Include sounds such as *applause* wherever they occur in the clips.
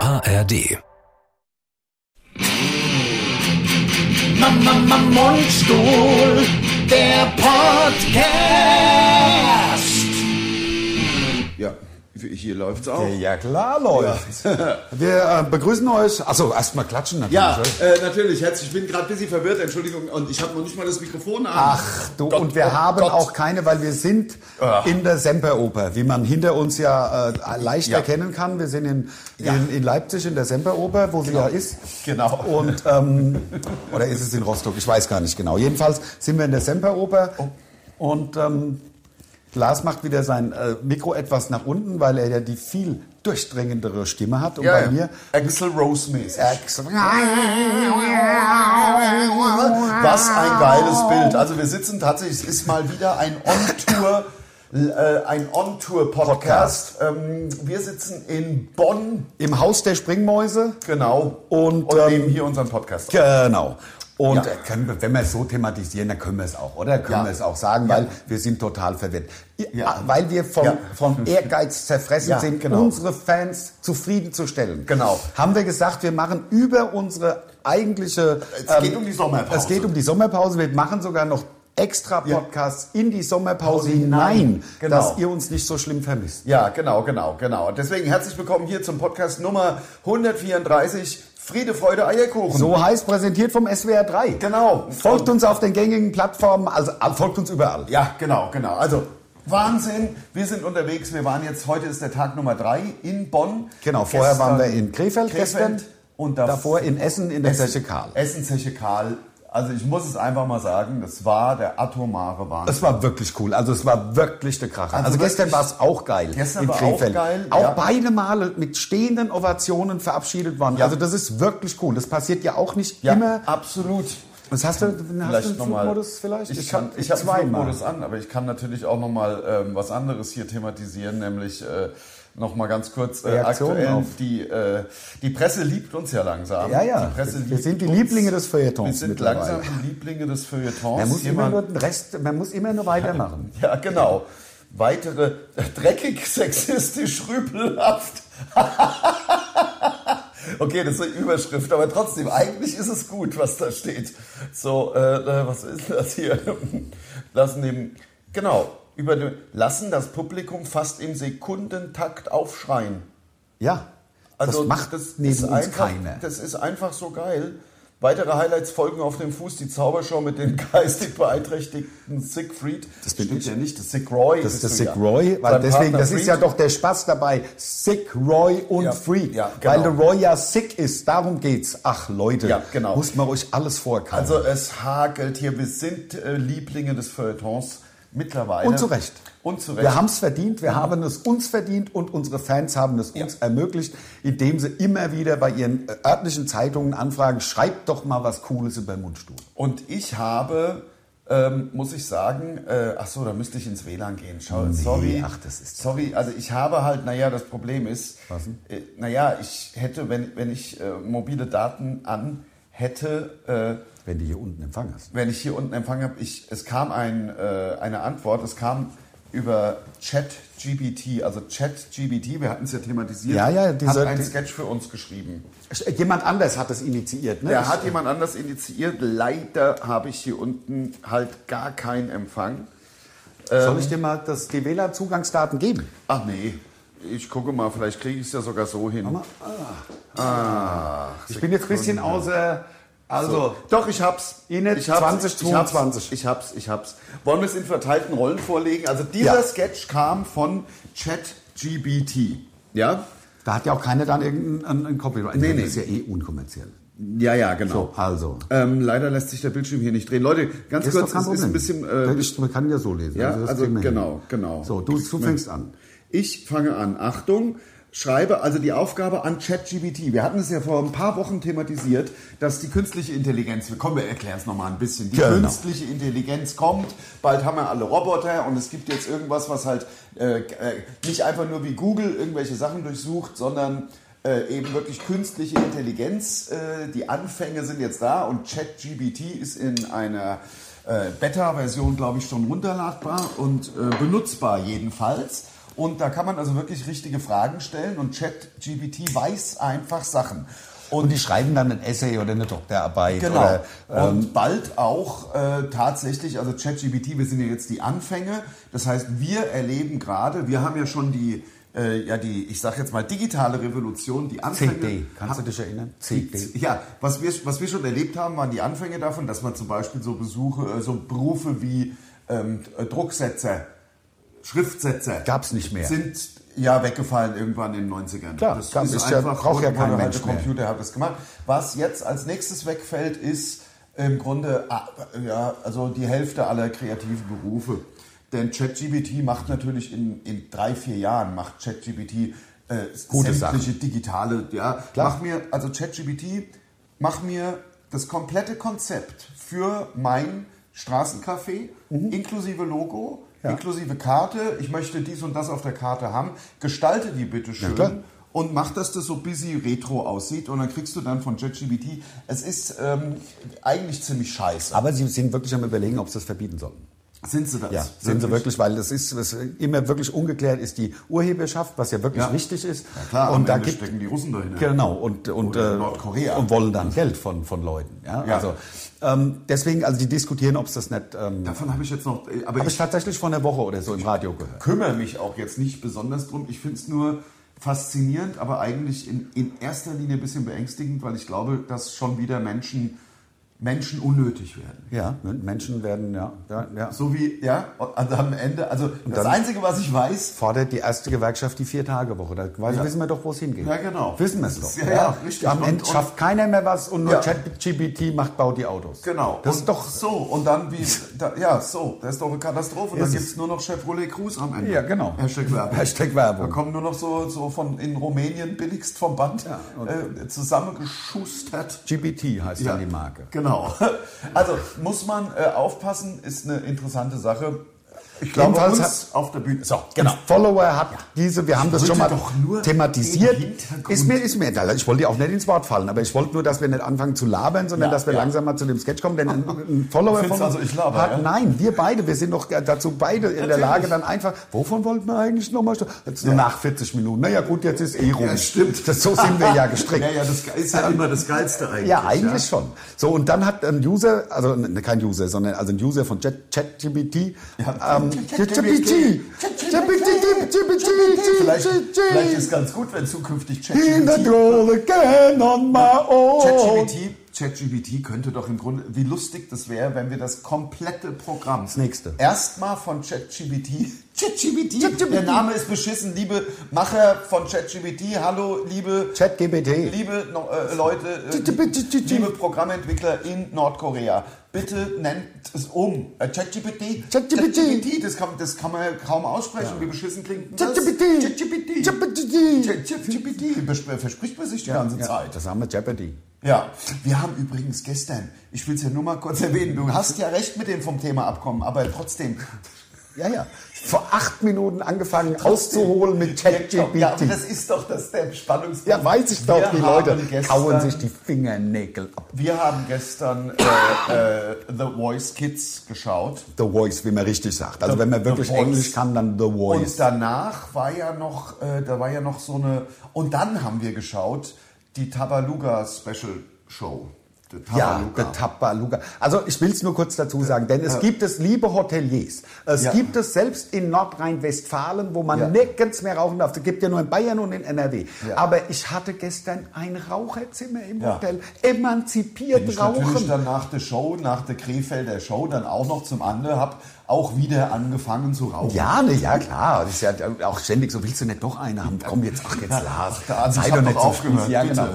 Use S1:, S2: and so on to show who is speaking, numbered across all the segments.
S1: ARD.
S2: Mundstuhl, der Podcast.
S3: Ja, hier läuft's auch.
S4: Ja, klar, Leute. Wir äh, begrüßen euch. Achso, erstmal klatschen natürlich. ne?
S3: Ja,
S4: oder?
S3: äh, natürlich. Herzlich, ich bin gerade ein bisschen verwirrt, Entschuldigung. Und ich habe noch nicht mal das Mikrofon an. oh
S4: Ach du, und wir haben auch keine, weil wir sind in der Semperoper, wie man hinter uns ja äh, leicht
S3: Ja.
S4: erkennen kann. Wir sind in, in, in Leipzig in der Semperoper, wo sie ja ist.
S3: Genau.
S4: Und, ähm, oder ist es in Rostock? Ich weiß gar nicht genau. Jedenfalls sind wir in der Semperoper
S3: Oh.
S4: und ähm, Lars macht wieder sein äh, Mikro etwas nach unten, weil er ja die viel durchdringendere Stimme hat. Und
S3: ja,
S4: bei
S3: ja.
S4: mir
S3: Axel Rose mäßig.
S4: Axel.
S3: Was ein geiles Bild. Also wir sitzen tatsächlich, es ist mal wieder ein On-Tour, äh, ein On-Tour-Podcast. Ähm, wir sitzen in Bonn,
S4: Im Haus der Springmäuse.
S3: genau,
S4: Und,
S3: und
S4: ähm,
S3: nehmen hier unseren Podcast auf.
S4: Genau. Und
S3: Ja.
S4: äh, können wir, wenn wir es so thematisieren, dann können wir es auch, oder? Können
S3: Ja.
S4: wir es auch sagen,
S3: Ja.
S4: weil wir sind total verwirrt. I- ah,
S3: Ja.
S4: Weil wir vom,
S3: Ja.
S4: vom Ehrgeiz zerfressen
S3: Ja,
S4: sind,
S3: genau.
S4: unsere Fans zufriedenzustellen.
S3: Genau.
S4: Haben wir gesagt, wir machen über unsere eigentliche...
S3: Es geht um die Sommerpause.
S4: Ähm, Es geht um die Sommerpause. Wir machen sogar noch extra
S3: Ja.
S4: Podcasts in die Sommerpause
S3: hinein.
S4: hinein,
S3: Genau.
S4: dass ihr uns nicht so schlimm vermisst.
S3: Ja, genau, genau, genau. Deswegen herzlich willkommen hier zum Podcast Nummer 134. Friede, Freude, Eierkuchen.
S4: So heißt präsentiert vom SWR 3.
S3: Genau.
S4: Folgt uns auf den gängigen Plattformen, also äh, folgt uns überall.
S3: Ja, genau, genau. Also Wahnsinn, wir sind unterwegs. Wir waren jetzt, heute ist der Tag Nummer drei in Bonn.
S4: Genau, vorher
S3: Gestern
S4: waren wir in Krefeld,
S3: Krefeld
S4: gestern
S3: und dav-
S4: davor in Essen in der
S3: Essen-
S4: Zeche Karl.
S3: Essen Zeche Karl. Also ich muss es einfach mal sagen, das war der atomare Wahnsinn.
S4: Es war wirklich cool. Also es war wirklich der Kracher.
S3: Also
S4: Also, gestern
S3: wirklich-
S4: war es auch geil
S3: Gestern
S4: in
S3: war auch
S4: Krefeld.
S3: geil,
S4: auch
S3: ja.
S4: beide Male mit stehenden Ovationen verabschiedet worden.
S3: Ja.
S4: Also das ist wirklich cool. Das passiert ja auch nicht immer.
S3: absolut.
S4: Was hast du? Hast du
S3: Vielleicht
S4: einen
S3: nochmal.
S4: Flugmodus vielleicht?
S3: Ich, kann,
S4: hab
S3: ich habe
S4: zweimal.
S3: Flugmodus an, aber ich kann natürlich auch nochmal ähm, was anderes hier thematisieren, nämlich äh, nochmal ganz kurz äh,
S4: Reaktion
S3: aktuell.
S4: auf-
S3: Die, äh, die Presse liebt uns ja langsam.
S4: Ja, ja.
S3: Die Presse
S4: Wir
S3: liebt
S4: sind die
S3: uns.
S4: Lieblinge des Feuilletons
S3: Wir sind
S4: mittlerweile.
S3: langsam die Lieblinge des Feuilletons.
S4: Man muss immer
S3: Jemand-
S4: nur den Rest, man muss immer nur weitermachen.
S3: *laughs* ja, genau. Weitere *laughs* dreckig, sexistisch, rüpelhaft. *laughs* okay, das ist eine Überschrift, aber trotzdem, eigentlich ist es gut, was da steht. So, äh, äh, was ist das hier? *laughs* Lassen dem, genau, über den, lassen das Publikum fast im Sekundentakt aufschreien.
S4: Ja. das macht
S3: Also das
S4: neben
S3: ist
S4: uns
S3: einfach,
S4: keiner.
S3: Das ist einfach so geil. Weitere Highlights folgen auf dem Fuß die Zaubershow mit dem *laughs* geistig beeinträchtigten Siegfried.
S4: Das bin
S3: Stimmt
S4: ich.
S3: ja nicht, das Sieg Roy.
S4: Das ist der
S3: bist
S4: Sick
S3: du ja.
S4: Roy, weil
S3: Sein
S4: deswegen,
S3: Partner
S4: das ist ja
S3: Fried.
S4: doch der Spaß dabei. Sick Roy und
S3: Ja,
S4: Freak.
S3: ja, genau.
S4: Weil der Roy ja sick ist, darum geht's. Ach Leute,
S3: Ja, genau.
S4: muss man euch alles vorkauen.
S3: Also es hagelt hier. Wir sind äh, Lieblinge des Feuilletons mittlerweile.
S4: und zu Recht.
S3: Und zu Recht. Mhm.
S4: Wir haben's verdient, wir haben es uns verdient und unsere Fans haben es uns ermöglicht, indem sie immer wieder bei ihren äh, örtlichen Zeitungen anfragen, schreibt doch mal was Cooles über Mundstuhl.
S3: Und ich habe, ähm, muss ich sagen, äh, ach so, da müsste ich ins WLAN gehen. Schau, sorry.
S4: ach, das ist-
S3: Sorry, also ich habe halt, naja, das Problem ist,
S4: Was denn?
S3: äh, naja, ich hätte, wenn, wenn ich äh, mobile Daten an hätte, äh,
S4: Wenn du hier unten Empfang hast.
S3: wenn ich hier unten empfangen habe, ich, es kam ein, äh, eine Antwort, es kam über ChatGPT, also ChatGPT, wir hatten es ja thematisiert,
S4: Ja, ja,
S3: hat
S4: dieser-
S3: einen Sketch für uns geschrieben.
S4: Äh, Jemand anders hat es initiiert, ne?
S3: Der
S4: Ich-
S3: hat jemand anders initiiert. Leider habe ich hier unten halt gar keinen Empfang.
S4: äh,
S3: Ähm.
S4: Soll ich dir mal das, die WLAN-Zugangsdaten geben?
S3: Ach nee, ich gucke mal, vielleicht kriege ich es ja sogar so hin.
S4: ah,
S3: Ah,
S4: Ich bin jetzt ein bisschen außer. Also,
S3: Doch, ich hab's.
S4: Inet
S3: ich hab's.
S4: 2022.
S3: Ich hab's, ich hab's, ich hab's. Wollen wir es in verteilten Rollen vorlegen? Also dieser
S4: Ja.
S3: Sketch kam von ChatGBT. Ja?
S4: da hat ja auch keiner dann irgendeinen einen Copyright. Nee,
S3: Nee, nee.
S4: nee. Das ist ja eh unkommerziell.
S3: Ja, ja, genau.
S4: So, also.
S3: Ähm, leider lässt sich der Bildschirm hier nicht drehen. Leute, ganz
S4: Das
S3: kurz,
S4: doch
S3: es ist ein bisschen... äh,
S4: ich, man kann ja so lesen.
S3: Ja,
S4: das
S3: also
S4: kriegen wir hin.
S3: genau, genau.
S4: So, du, du fängst an.
S3: Ich fange an. Achtung, schreibe also die Aufgabe an ChatGPT. Wir hatten es ja vor ein paar Wochen thematisiert, dass die künstliche Intelligenz, wir kommen, wir erklären es nochmal ein bisschen. Die
S4: Genau.
S3: künstliche Intelligenz kommt, bald haben wir alle Roboter und es gibt jetzt irgendwas, was halt äh, äh, nicht einfach nur wie Google irgendwelche Sachen durchsucht, sondern äh, eben wirklich künstliche Intelligenz. Äh, die Anfänge sind jetzt da und ChatGPT ist in einer äh, Beta-Version, glaube ich, schon runterladbar und äh, benutzbar jedenfalls. Und da kann man also wirklich richtige Fragen stellen und ChatGPT weiß einfach Sachen.
S4: Und die schreiben dann ein Essay oder eine Doktorarbeit.
S3: Genau.
S4: Oder, ähm,
S3: und bald auch äh, tatsächlich, also ChatGPT, wir sind ja jetzt die Anfänge. Das heißt, wir erleben gerade, wir haben ja schon die, äh, ja die, ich sag jetzt mal digitale Revolution, die Anfänge.
S4: CD. Kannst du dich erinnern? CD.
S3: Ja, was wir, was wir schon erlebt haben, waren die Anfänge davon, dass man zum Beispiel so Besuche, äh, so Berufe wie ähm, Drucksetzer, Schriftsetzer.
S4: Gab's nicht mehr.
S3: Sind ja weggefallen irgendwann in den 90ern.
S4: Klar,
S3: das
S4: gab-
S3: ist,
S4: ist ja-
S3: einfach,
S4: braucht ja kein
S3: heute
S4: Mensch mehr.
S3: Computer hat das gemacht. Was jetzt als nächstes wegfällt, ist im Grunde ah, ja, also die Hälfte aller kreativen Berufe. Denn ChatGPT macht natürlich in, in drei, vier Jahren macht ChatGPT äh,
S4: Gute
S3: sämtliche
S4: Sachen.
S3: digitale, ja. Mach mir, also ChatGPT, mach mir das komplette Konzept für mein Straßencafé, inklusive Logo, inklusive Karte. Ich möchte dies und das auf der Karte haben. Gestalte die bitte schön.
S4: klar.
S3: und mach, dass das so busy retro aussieht und dann kriegst du dann von ChatGPT, es ist ähm, eigentlich ziemlich scheiße.
S4: Aber sie sind wirklich am überlegen, ob sie das verbieten sollen.
S3: Sind sie das?
S4: Ja, sind sie wirklich, weil das ist, was immer wirklich ungeklärt ist, die Urheberschaft, was ja wirklich
S3: Ja.
S4: wichtig ist.
S3: Ja klar,
S4: und
S3: am
S4: da
S3: Ende
S4: gibt
S3: stecken die Russen dahinter.
S4: Genau, und, und,
S3: Oder Nordkorea.
S4: und wollen dann Geld von, von Leuten. Ja?
S3: Ja.
S4: Also, ähm, deswegen, also die diskutieren, ob es das nicht. Ähm,
S3: Davon habe ich jetzt noch, äh, aber
S4: habe ich tatsächlich vor einer Woche oder so im Radio gehört.
S3: kümmere mich auch jetzt nicht besonders drum. Ich finde es nur faszinierend, aber eigentlich in, in erster Linie ein bisschen beängstigend, weil ich glaube, dass schon wieder Menschen, Menschen unnötig werden.
S4: Ja, Menschen werden, ja, ja, ja.
S3: So wie, ja, also am Ende, also das
S4: dann-
S3: Einzige, was ich weiß,
S4: fordert die erste Gewerkschaft die Vier-Tage-Woche. Da weiß,
S3: Ja.
S4: wissen wir doch, wo es hingeht.
S3: Ja, genau.
S4: Wissen wir es doch.
S3: Ja, ja, richtig.
S4: Am
S3: Und-
S4: Ende
S3: und-
S4: schafft keiner mehr was und nur
S3: Ja.
S4: ChatGPT macht, baut die Autos.
S3: genau.
S4: Das
S3: und
S4: ist doch
S3: so. Und
S4: *laughs*
S3: dann wie, da, ja, so, das ist doch eine Katastrophe. Dann
S4: Ist
S3: gibt
S4: es.
S3: es nur noch Chevrolet Cruise am Ende.
S4: Ja, genau.
S3: Hashtag Werbung.
S4: Hashtag Werbung.
S3: Da kommen nur noch so, so von in Rumänien billigst vom Band äh, zusammengeschustert.
S4: GPT heißt dann die Marke.
S3: Genau. *laughs* Also muss man äh, aufpassen, ist eine interessante Sache. Ich glaube,
S4: Jedenfalls
S3: uns auf der Bühne. So, genau.
S4: Und Follower hat diese, wir haben das
S3: wollte
S4: schon mal
S3: doch nur
S4: thematisiert.
S3: den Hintergrund-
S4: Ist mir, ist mir egal. Ich wollte dir auch nicht ins Wort fallen, aber ich wollte nur, dass wir nicht anfangen zu labern, sondern
S3: Ja,
S4: dass wir
S3: ja.
S4: langsam mal zu dem Sketch kommen. Denn ein, ein Follower
S3: Findest
S4: von
S3: du also, ich laber,
S4: hat,
S3: ja?
S4: nein, wir beide, wir sind noch dazu beide in der
S3: Natürlich.
S4: Lage, dann einfach, wovon wollten wir eigentlich nochmal? Jetzt nur nach 40 Minuten. Naja, gut, jetzt ist eh rum.
S3: Ja, stimmt.
S4: Das, so sind wir
S3: *laughs*
S4: ja gestrickt.
S3: Ja, ja, das ist ja immer das Geilste eigentlich.
S4: Äh, Ja, eigentlich schon. So, und dann hat ein User, also ne, kein User, sondern also ein User von Chat- ChatGPT.
S3: Ja.
S4: ähm, ChatGPT!
S3: Vielleicht, vielleicht
S4: ChatGPT!
S3: ist ganz gut, wenn zukünftig
S4: In the
S3: ChatGPT.
S4: goal again on my own.
S3: ChatGPT ChatGPT könnte doch im Grunde, wie lustig das wäre, wenn wir das komplette Programm. Das
S4: nächste.
S3: Erstmal von ChatGPT. ChatGPT.
S4: ChatGPT.
S3: Der Name ist beschissen, liebe Macher von ChatGPT. Hallo, liebe
S4: ChatGPT.
S3: Liebe no äh, Leute, äh,
S4: ChatGPT.
S3: liebe Programmentwickler in Nordkorea, bitte nennt es um. Äh, ChatGPT.
S4: ChatGPT.
S3: Das kann, das kann man ja kaum aussprechen. Wie beschissen klingt denn das?
S4: ChatGPT.
S3: ChatGPT.
S4: ChatGPT.
S3: ChatGPT. Bes- Verspricht man sich die ganze
S4: Ja,
S3: Zeit.
S4: das haben wir Jeopardy.
S3: Ja, wir haben übrigens gestern, ich will es ja nur mal kurz erwähnen, du hast ja recht mit dem vom Thema Abkommen, aber trotzdem.
S4: Ja, ja. Vor acht Minuten angefangen auszuholen mit ChatGPT.
S3: Ja, aber das ist doch das der Spannungspunkt.
S4: Ja, weiß ich doch,
S3: Wir
S4: die Leute
S3: haben gestern-
S4: kauen sich die Fingernägel ab.
S3: Wir haben gestern äh, äh, The Voice Kids geschaut.
S4: The Voice, wie man richtig sagt. Also
S3: The-
S4: wenn man
S3: The
S4: wirklich
S3: Voice.
S4: Englisch kann, dann The
S3: Und
S4: Voice.
S3: danach war ja noch, äh, da war ja noch so eine. Und dann haben wir geschaut die Tabaluga Special Show. Die
S4: ja, der Tabaluga. Also ich will es nur kurz dazu sagen, denn es gibt es, liebe Hoteliers, es
S3: Ja.
S4: gibt es selbst in Nordrhein-Westfalen, wo man
S3: Ja.
S4: nirgends mehr rauchen darf. Es gibt ja nur in Bayern und in NRW.
S3: Ja.
S4: Aber ich hatte gestern ein Raucherzimmer im
S3: Ja.
S4: Hotel, emanzipiert
S3: Bin ich natürlich
S4: rauchen.
S3: dann nach der Show, nach der Krefelder Show, dann auch noch zum anderen, hab auch wieder angefangen zu rauchen.
S4: Ja, ne, ja klar. Das ist ja auch ständig so, willst du nicht doch eine haben? Komm jetzt, ach jetzt Lars,
S3: also ich
S4: doch
S3: hab doch
S4: so
S3: aufgehört.
S4: spießig. Ja,
S3: bitte,
S4: genau.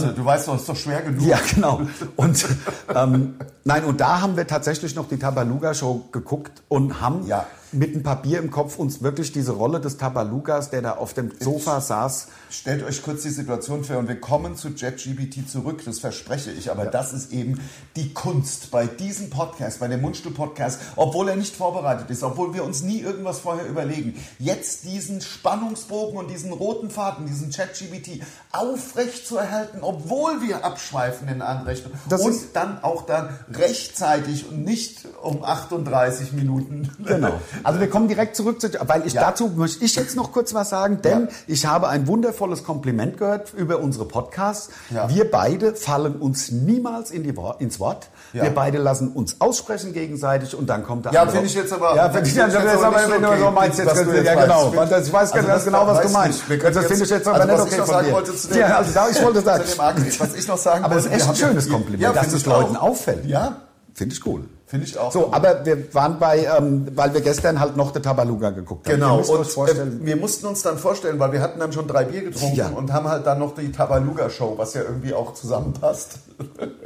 S3: bitte. du weißt doch, ist doch schwer genug.
S4: Ja, genau. Und ähm, nein, und da haben wir tatsächlich noch die Tabaluga-Show geguckt und haben
S3: Ja.
S4: mit einem Papier im Kopf uns wirklich diese Rolle des Tabalugas, der da auf dem Sofa saß.
S3: Stellt euch kurz die Situation vor und wir kommen zu JetGBT zurück, das verspreche ich, aber das ist eben die Kunst bei diesem Podcast, bei dem Mundstuhl-Podcast, obwohl er nicht vorbereitet ist, obwohl wir uns nie irgendwas vorher überlegen, jetzt diesen Spannungsbogen und diesen roten Faden, diesen JetGBT aufrecht zu erhalten, obwohl wir abschweifen in eine andere Richtung
S4: Das
S3: und
S4: ist-
S3: dann auch dann rechtzeitig und nicht um 38 Minuten
S4: Genau. Also wir kommen direkt zurück zu, weil ich dazu möchte ich jetzt noch kurz was sagen, denn ich habe ein wundervolles Kompliment gehört über unsere Podcasts.
S3: Ja.
S4: Wir beide fallen uns niemals in die, Wor- ins Wort.
S3: Ja.
S4: Wir beide lassen uns aussprechen gegenseitig und dann kommt der
S3: Ja,
S4: andere-
S3: finde ich jetzt aber-
S4: Ja, finde ich jetzt
S3: finde ich jetzt
S4: aber,
S3: aber
S4: wenn
S3: nicht
S4: du so
S3: okay,
S4: meinst, jetzt
S3: was
S4: kannst
S3: du
S4: du,
S3: jetzt
S4: ja genau.
S3: meinst.
S4: Das- Ich weiß
S3: Also
S4: ganz
S3: das
S4: genau, was
S3: weiß
S4: du
S3: ich
S4: meinst.
S3: nicht. Wir können
S4: Das finde
S3: jetzt-
S4: ich jetzt
S3: also
S4: aber
S3: was
S4: nicht okay
S3: ich noch
S4: von
S3: sagen
S4: dir.
S3: wollte zu dem-
S4: Ja, also da- ich wollte sagen.
S3: *laughs* Zu dem Agnes, was ich noch sagen
S4: Aber es ist
S3: wollte,
S4: echt
S3: wir
S4: ein
S3: haben ja-
S4: schönes Kompliment.
S3: Ja,
S4: dass
S3: finde
S4: es
S3: ich
S4: Leuten
S3: auch.
S4: auffällt.
S3: Ja.
S4: Finde ich cool.
S3: Finde ich auch.
S4: So, aber wir waren bei, ähm, weil wir gestern halt noch den Tabaluga geguckt haben. Ihr
S3: Genau,
S4: müsst euch
S3: und
S4: vorstellen,
S3: äh, wir mussten uns dann vorstellen, weil wir hatten dann schon drei Bier getrunken
S4: Ja.
S3: und haben halt dann noch die Tabaluga-Show, was ja irgendwie auch zusammenpasst. *laughs*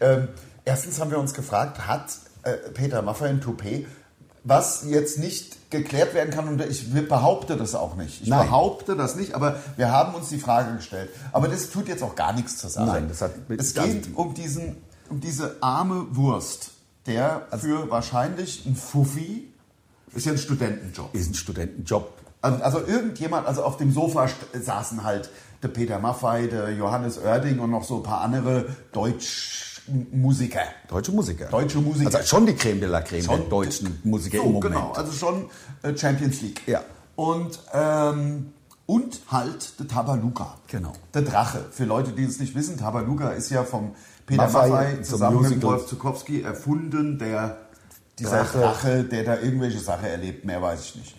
S3: ähm, erstens haben wir uns gefragt, hat äh, Peter Maffay ein Toupet, was jetzt nicht geklärt werden kann und ich behaupte das auch nicht. Ich
S4: Nein.
S3: behaupte das nicht, aber wir haben uns die Frage gestellt. Aber das tut jetzt auch gar nichts zur Sache.
S4: Nein, das hat-
S3: es geht um, diesen, um diese arme Wurst, der
S4: Also
S3: für wahrscheinlich ein Fuffi ist ja ein Studentenjob.
S4: ist ein Studentenjob.
S3: Also, also irgendjemand, also auf dem Sofa st- saßen halt der Peter Maffay, der Johannes Oerding und noch so ein paar andere Deutschmusiker.
S4: Deutsche Musiker.
S3: Deutsche Musiker.
S4: Also schon die Creme de la Creme
S3: Schon-
S4: der deutschen Musiker
S3: so,
S4: im Moment.
S3: genau, also schon äh, Champions League.
S4: Ja.
S3: Und, ähm, und halt der Tabaluga.
S4: Genau.
S3: Der Drache. Für Leute, die es nicht wissen, Tabaluga ist ja vom Peter
S4: Maffay
S3: Maffay,
S4: zum
S3: zusammen mit
S4: Musical.
S3: Wolf Zukowski erfunden, der dieser
S4: Drache.
S3: Drache. der da irgendwelche Sache erlebt, mehr weiß ich nicht.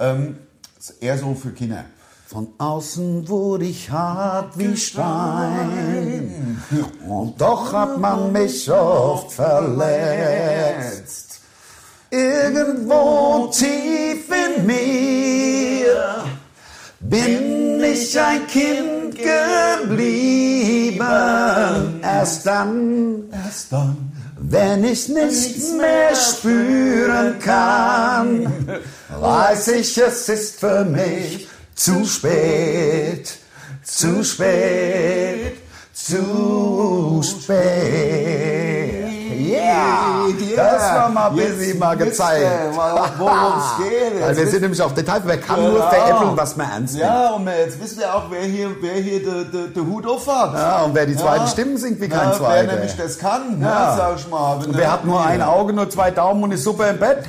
S3: Ähm, ist eher so für Kinder.
S4: Von außen wurde ich hart wie Stein. Und doch hat man mich oft verletzt. Irgendwo tief in mir bin ich ein Kind geblieben. Erst dann,
S3: Erst dann
S4: wenn ich nichts mehr spüren kann, weiß ich, es ist für mich zu spät, zu spät, zu spät. Yeah! Das war mal busy, mal gezeigt.
S3: Worum
S4: *laughs*
S3: es geht.
S4: Weil
S3: Jetzt
S4: wir
S3: wissen-
S4: sind nämlich auf Detail, wir kann nur
S3: Genau.
S4: veräppeln, was man ernst nimmt. Ja.
S3: Ja, und jetzt wissen wir auch, wer hier, wer hier den de, de Hut auf hat.
S4: und wer die zweiten
S3: Ja.
S4: Stimmen singt wie kein
S3: Ja,
S4: zweiter.
S3: Wer nämlich das kann,
S4: Ja.
S3: ja. sag ich mal.
S4: Und wer hat nur ein Auge, nur zwei Daumen und ist super im Bett?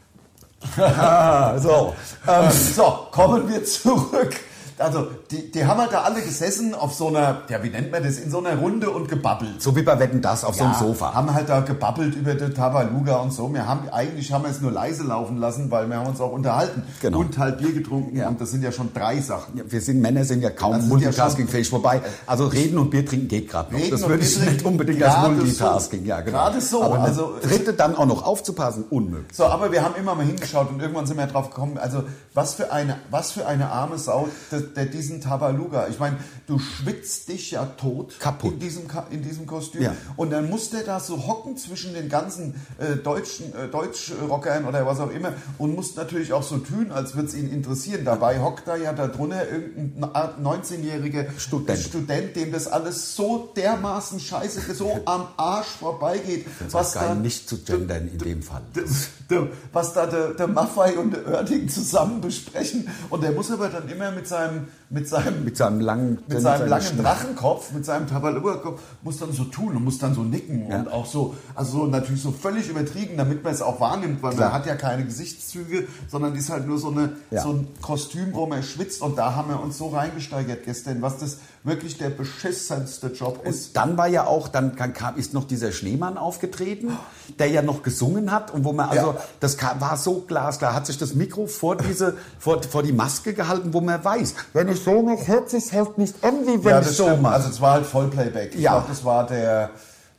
S4: *laughs* Ah, so.
S3: Ähm, so, kommen wir zurück. Also, die, die haben halt da alle gesessen auf so einer, ja, wie nennt man das, in so einer Runde und gebabbelt.
S4: So wie bei Wetten das auf so einem
S3: Ja,
S4: Sofa.
S3: Haben halt da gebabbelt über den Tabaluga und so. Wir haben, eigentlich haben wir es nur leise laufen lassen, weil wir haben uns auch unterhalten.
S4: Genau.
S3: Und halt Bier getrunken.
S4: Ja.
S3: Und das sind ja schon drei Sachen.
S4: Ja, Wir sind Männer sind ja kaum
S3: Also sind ja Äh,
S4: multitaskingfähig. Wobei, also reden und Bier trinken geht gerade noch.
S3: Reden
S4: Das
S3: und
S4: würde
S3: Bier
S4: ich
S3: trinken,
S4: nicht unbedingt als
S3: gerade
S4: Multitasking.
S3: so.
S4: Ja, genau.
S3: Gerade so,
S4: Aber eine
S3: also-
S4: dritte dann auch noch aufzupassen, unmöglich.
S3: So, aber wir haben immer mal hingeschaut und irgendwann sind wir drauf gekommen, also was für eine, was für eine arme Sau, der, der diesen Tabaluga. Ich meine, du schwitzt dich ja tot
S4: Kaputt.
S3: in diesem, Ka- in diesem Kostüm.
S4: Ja.
S3: Und dann muss der da so hocken zwischen den ganzen äh, deutschen äh, Deutschrockern oder was auch immer und muss natürlich auch so tun, als würde es ihn interessieren. Dabei hockt da ja da drunter irgendein Art 19-jähriger
S4: Student.
S3: Student, dem das alles so dermaßen scheiße, so am Arsch vorbeigeht.
S4: Was geil,
S3: da-
S4: nicht zu gendern in dem Fall.
S3: de- de- was da der, der Maffei und der Oerding zusammen besprechen. Und der muss aber dann immer mit seinem, mit seinem,
S4: Mit seinem langen,
S3: mit seinem langen Drachenkopf, mit seinem Tabaluga-Kopf, muss dann so tun und muss dann so nicken und auch so, also so natürlich so völlig übertrieben, damit man es auch wahrnimmt, weil
S4: Klar.
S3: er hat ja keine Gesichtszüge, sondern ist halt nur so, eine,
S4: Ja.
S3: so ein Kostüm, wo man schwitzt und da haben wir uns so reingesteigert gestern, was das wirklich der beschissenste Job ist.
S4: Dann war ja auch, dann kam, kam, ist noch dieser Schneemann aufgetreten, der ja noch gesungen hat und wo man, also,
S3: Ja.
S4: das kam, war so glasklar, hat sich das Mikro vor diese, vor, vor die Maske gehalten, wo man weiß, wenn ich so mache, hört sich halt nicht an, wie wenn
S3: Ja,
S4: ich
S3: das
S4: so
S3: stimmt.
S4: mache.
S3: Also es war halt Vollplayback. Ich
S4: Ja.
S3: glaube, das war der,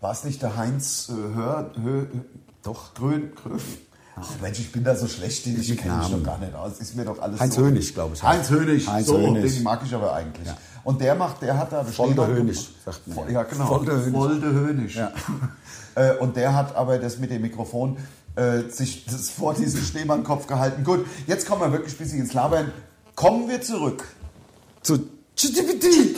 S3: war es nicht der Heinz äh, Hör, Hö, doch Grön, Grön. Ach Mensch, ich bin da so schlecht, den ich kenne mich
S4: Namen.
S3: doch gar nicht aus. Ist mir doch alles
S4: Heinz
S3: so.
S4: Hönig, glaube ich.
S3: Heinz Hönig.
S4: Heinz
S3: so,
S4: Hönig.
S3: den mag ich aber eigentlich. Und der macht, der hat da
S4: Voll der
S3: Schneemann-
S4: Hönig, sagt man
S3: Voll,
S4: ja.
S3: ja, genau.
S4: Voll der Hönig.
S3: Voll der Hönig. *laughs* Äh, Und der hat aber das mit dem Mikrofon äh, sich das vor diesen Schneemannkopf gehalten. Gut, jetzt kommen wir wirklich ein bisschen ins Labern. Kommen wir zurück.
S4: zu, Tschitipiti.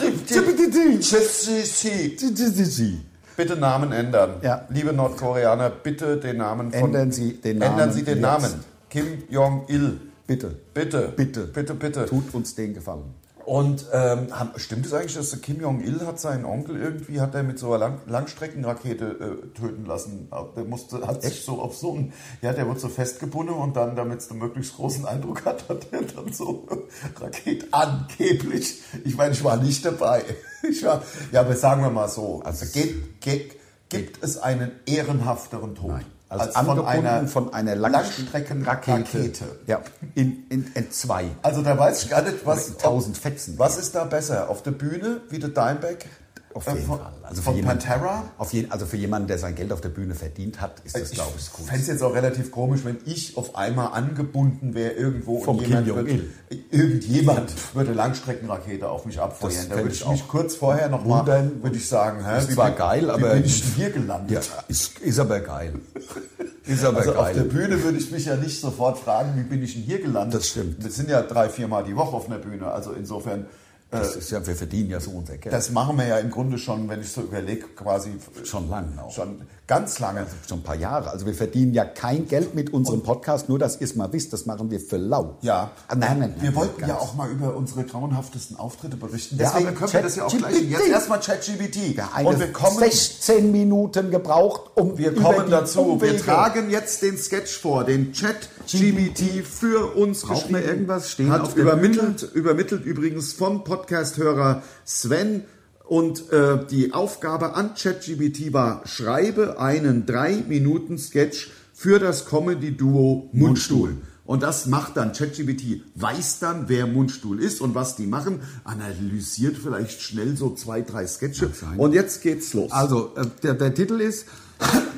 S3: Tschüssi.
S4: Tschitipiti.
S3: Bitte Namen ändern.
S4: Ja.
S3: Liebe Nordkoreaner, bitte den Namen von,
S4: Ändern Sie den Namen
S3: Ändern Sie den
S4: jetzt.
S3: Namen. Kim Jong Il.
S4: Bitte.
S3: Bitte.
S4: Bitte.
S3: Bitte, bitte.
S4: Tut uns den Gefallen.
S3: Und ähm, haben, stimmt es eigentlich, dass der Kim Jong-il hat seinen Onkel irgendwie, hat er mit so einer Lang Langstreckenrakete äh, töten lassen? Der musste, hat sich so auf so einen, ja, der wurde so festgebunden und dann, damit es einen möglichst großen Eindruck hat, hat er dann so *laughs* eine Rakete angeblich. Ich meine, ich war nicht dabei. *laughs* Ich war, ja, aber sagen wir mal so, also geht, geht, gibt es einen ehrenhafteren Tod? Nein.
S4: Also angebunden von einer
S3: Langstreckenrakete.
S4: Ja, in, in, in zwei.
S3: Also da weiß ich gar nicht, was,
S4: Mit 1000 Fetzen.
S3: was ist da besser? Auf der Bühne wie der Dimebag?
S4: Auf jeden
S3: Äh, von,
S4: Fall. Also für,
S3: von
S4: jemanden,
S3: Pantera? Äh,
S4: auf jeden, also für jemanden, der sein Geld auf der Bühne verdient hat, ist das, glaube ich,
S3: ich
S4: cool.
S3: fände es jetzt auch relativ komisch, wenn ich auf einmal angebunden wäre irgendwo
S4: Vom
S3: und jemand
S4: Kim
S3: wird,
S4: Jong-il.
S3: irgendjemand *laughs* würde Langstreckenrakete auf mich abfeuern.
S4: Das
S3: da
S4: fänd
S3: würde
S4: ich
S3: ich mich
S4: auch
S3: kurz vorher noch mal,
S4: wundern.
S3: würde ich sagen, hä,
S4: Ist zwar
S3: bin-
S4: geil,
S3: wie
S4: aber-
S3: bin ich denn hier gelandet?
S4: Ja, ist, ist aber geil. Ist aber
S3: Also auf
S4: geil.
S3: der Bühne würde ich mich ja nicht sofort fragen, wie bin ich denn hier gelandet?
S4: Das stimmt.
S3: Wir sind ja drei, viermal die Woche auf einer Bühne. Also insofern, äh,
S4: Das ist ja, wir verdienen ja so unser Geld.
S3: das machen wir ja im Grunde schon, wenn ich so überlege, quasi f-
S4: schon lange auch.
S3: schon ganz lange.
S4: Schon ein paar Jahre. Also wir verdienen ja kein Geld mit unserem Podcast, nur dass ihr es mal wisst, das machen wir für lau.
S3: Ja,
S4: Ah, nein, nein, nein.
S3: wir wollten
S4: ganz.
S3: ja auch mal über unsere grauenhaftesten Auftritte berichten.
S4: Ja,
S3: Deswegen
S4: aber
S3: können wir das ja auch gleich.
S4: ChatGPT.
S3: Jetzt erstmal ChatGPT.
S4: Ja,
S3: Und wir kommen,
S4: 16 Minuten gebraucht, um
S3: wir
S4: über
S3: kommen
S4: die
S3: dazu.
S4: Umwege.
S3: Wir tragen jetzt den Sketch vor, den ChatGPT für uns
S4: Braucht man
S3: geschrieben.
S4: irgendwas stehen
S3: Hat
S4: auf der
S3: übermittelt, übermittelt übrigens vom Podcasthörer Sven. Und äh, die Aufgabe an ChatGPT war, schreibe einen 3-Minuten-Sketch für das Comedy-Duo Mundstuhl. Und das macht dann ChatGPT, weiß dann, wer Mundstuhl ist und was die machen, analysiert vielleicht schnell so zwei, drei Sketche. Und jetzt geht's los.
S4: Also, äh, der, der Titel ist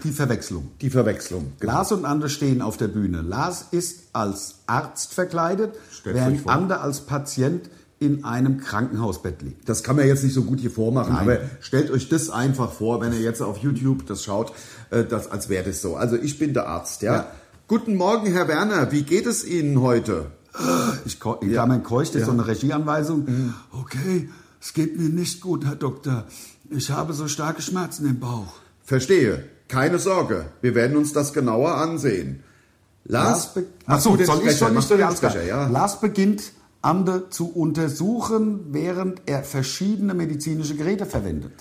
S4: Die Verwechslung.
S3: die Verwechslung. genau.
S4: Lars und Ander stehen auf der Bühne. Lars ist als Arzt verkleidet,
S3: Stellt euch
S4: während
S3: vor.
S4: Ander als Patient in einem Krankenhausbett liegt.
S3: Das kann man jetzt nicht so gut hier vormachen, aber stellt euch das einfach vor, wenn ihr jetzt auf YouTube das schaut, äh, das, als wäre das so. Also ich bin der Arzt, ja?
S4: Ja.
S3: Guten Morgen, Herr Werner, wie geht es Ihnen heute?
S4: Ich, keu- in Klammern keucht, ist so eine Regieanweisung. Okay, es geht mir nicht gut, Herr Doktor. Ich habe so starke Schmerzen im Bauch.
S3: Verstehe, keine Sorge, wir werden uns das genauer ansehen. Lars,
S4: be-
S3: mach
S4: Ach so,
S3: du den
S4: soll ich,
S3: Sprecher,
S4: soll
S3: mach
S4: ich
S3: du
S4: den
S3: den
S4: Ansgar?
S3: Sprecher, ja.
S4: Lars beginnt, Ander zu untersuchen, während er verschiedene medizinische Geräte verwendet.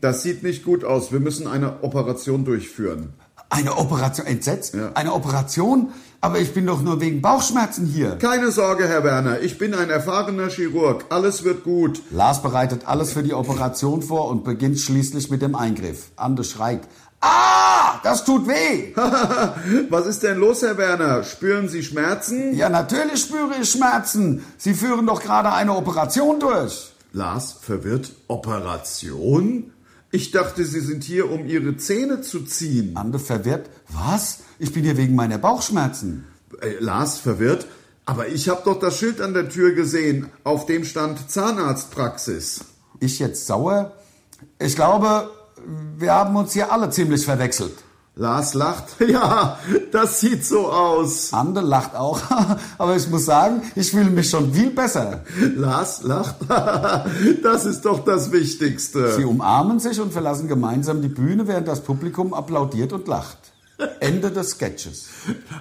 S3: Das sieht nicht gut aus, wir müssen eine Operation durchführen.
S4: Eine Operation, entsetzt?
S3: Ja.
S4: Eine Operation? Aber ich bin doch nur wegen Bauchschmerzen hier.
S3: Keine Sorge, Herr Werner, ich bin ein erfahrener Chirurg, alles wird gut. *laughs*
S4: Lars bereitet alles für die Operation vor und beginnt schließlich mit dem Eingriff. Ander schreit. Ah, das tut weh!
S3: Was ist denn los, Herr Werner? Spüren Sie Schmerzen?
S4: Ja, natürlich spüre ich Schmerzen. Sie führen doch gerade eine Operation durch.
S3: Lars verwirrt Operation? Ich dachte, Sie sind hier, um Ihre Zähne zu ziehen.
S4: Ander verwirrt. Was? Ich bin hier wegen meiner Bauchschmerzen.
S3: Äh, Lars verwirrt? Aber ich habe doch das Schild an der Tür gesehen, auf dem stand Zahnarztpraxis.
S4: Ich jetzt sauer? Ich glaube, wir haben uns hier alle ziemlich verwechselt.
S3: Lars lacht. *laughs* Ja, das sieht so aus.
S4: Ander lacht auch, *laughs* aber ich muss sagen, ich fühle mich schon viel besser.
S3: Lars lacht. *laughs* Das ist doch das
S4: Sie
S3: Wichtigste.
S4: umarmen sich und verlassen gemeinsam die Bühne, während das Publikum applaudiert und lacht. Ende des Sketches.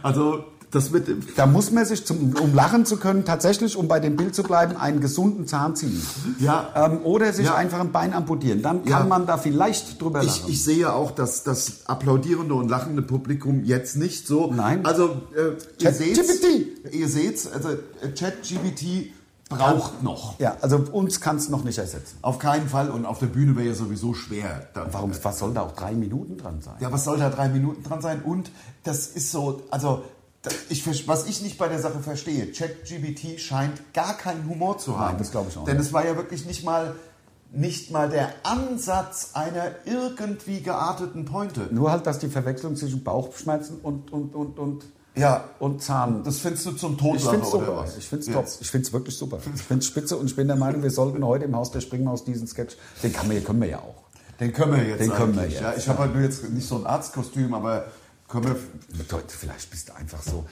S3: Also, das mit dem
S4: Da muss man sich, zum, um lachen zu können, tatsächlich, um bei dem Bild zu bleiben, einen gesunden Zahn ziehen.
S3: Ja.
S4: Ähm, oder sich
S3: Ja.
S4: einfach ein Bein amputieren. Dann
S3: Ja.
S4: kann man da vielleicht drüber lachen.
S3: Ich, ich sehe ja auch, dass das applaudierende und lachende Publikum jetzt nicht so.
S4: Nein.
S3: Also, äh, ihr seht's.
S4: ChatGPT.
S3: Ihr seht's, also äh, ChatGPT braucht noch.
S4: ja, also uns kann es noch nicht ersetzen.
S3: Auf keinen Fall. Und auf der Bühne wäre ja sowieso schwer. Da-
S4: Warum, was soll da auch drei Minuten dran sein?
S3: Ja, was soll da drei Minuten dran sein? Und das ist so, also. das- Ich, ver- was ich nicht bei der Sache verstehe, ChatGPT scheint gar keinen Humor zu haben.
S4: das glaube ich auch
S3: Denn
S4: nicht.
S3: es war ja wirklich nicht mal, nicht mal der Ansatz einer irgendwie gearteten Pointe.
S4: Nur halt, dass die Verwechslung zwischen Bauchschmerzen und, und, und, und,
S3: Ja,
S4: und Zahn.
S3: Das findest du zum Tod
S4: ich
S3: Sache,
S4: finde es
S3: oder
S4: super.
S3: was?
S4: Ich finde es
S3: Ja.
S4: top. Ich finde es wirklich super. Ich finde es spitze und ich bin der Meinung, wir sollten heute im Haus der Springmaus diesen Sketch, den kann man, können wir ja auch.
S3: Den können wir jetzt.
S4: Den können wir
S3: eigentlich,
S4: jetzt.
S3: Ja, ich habe halt nur jetzt nicht so ein Arztkostüm, aber können wir.
S4: Leute, vielleicht bist du einfach so.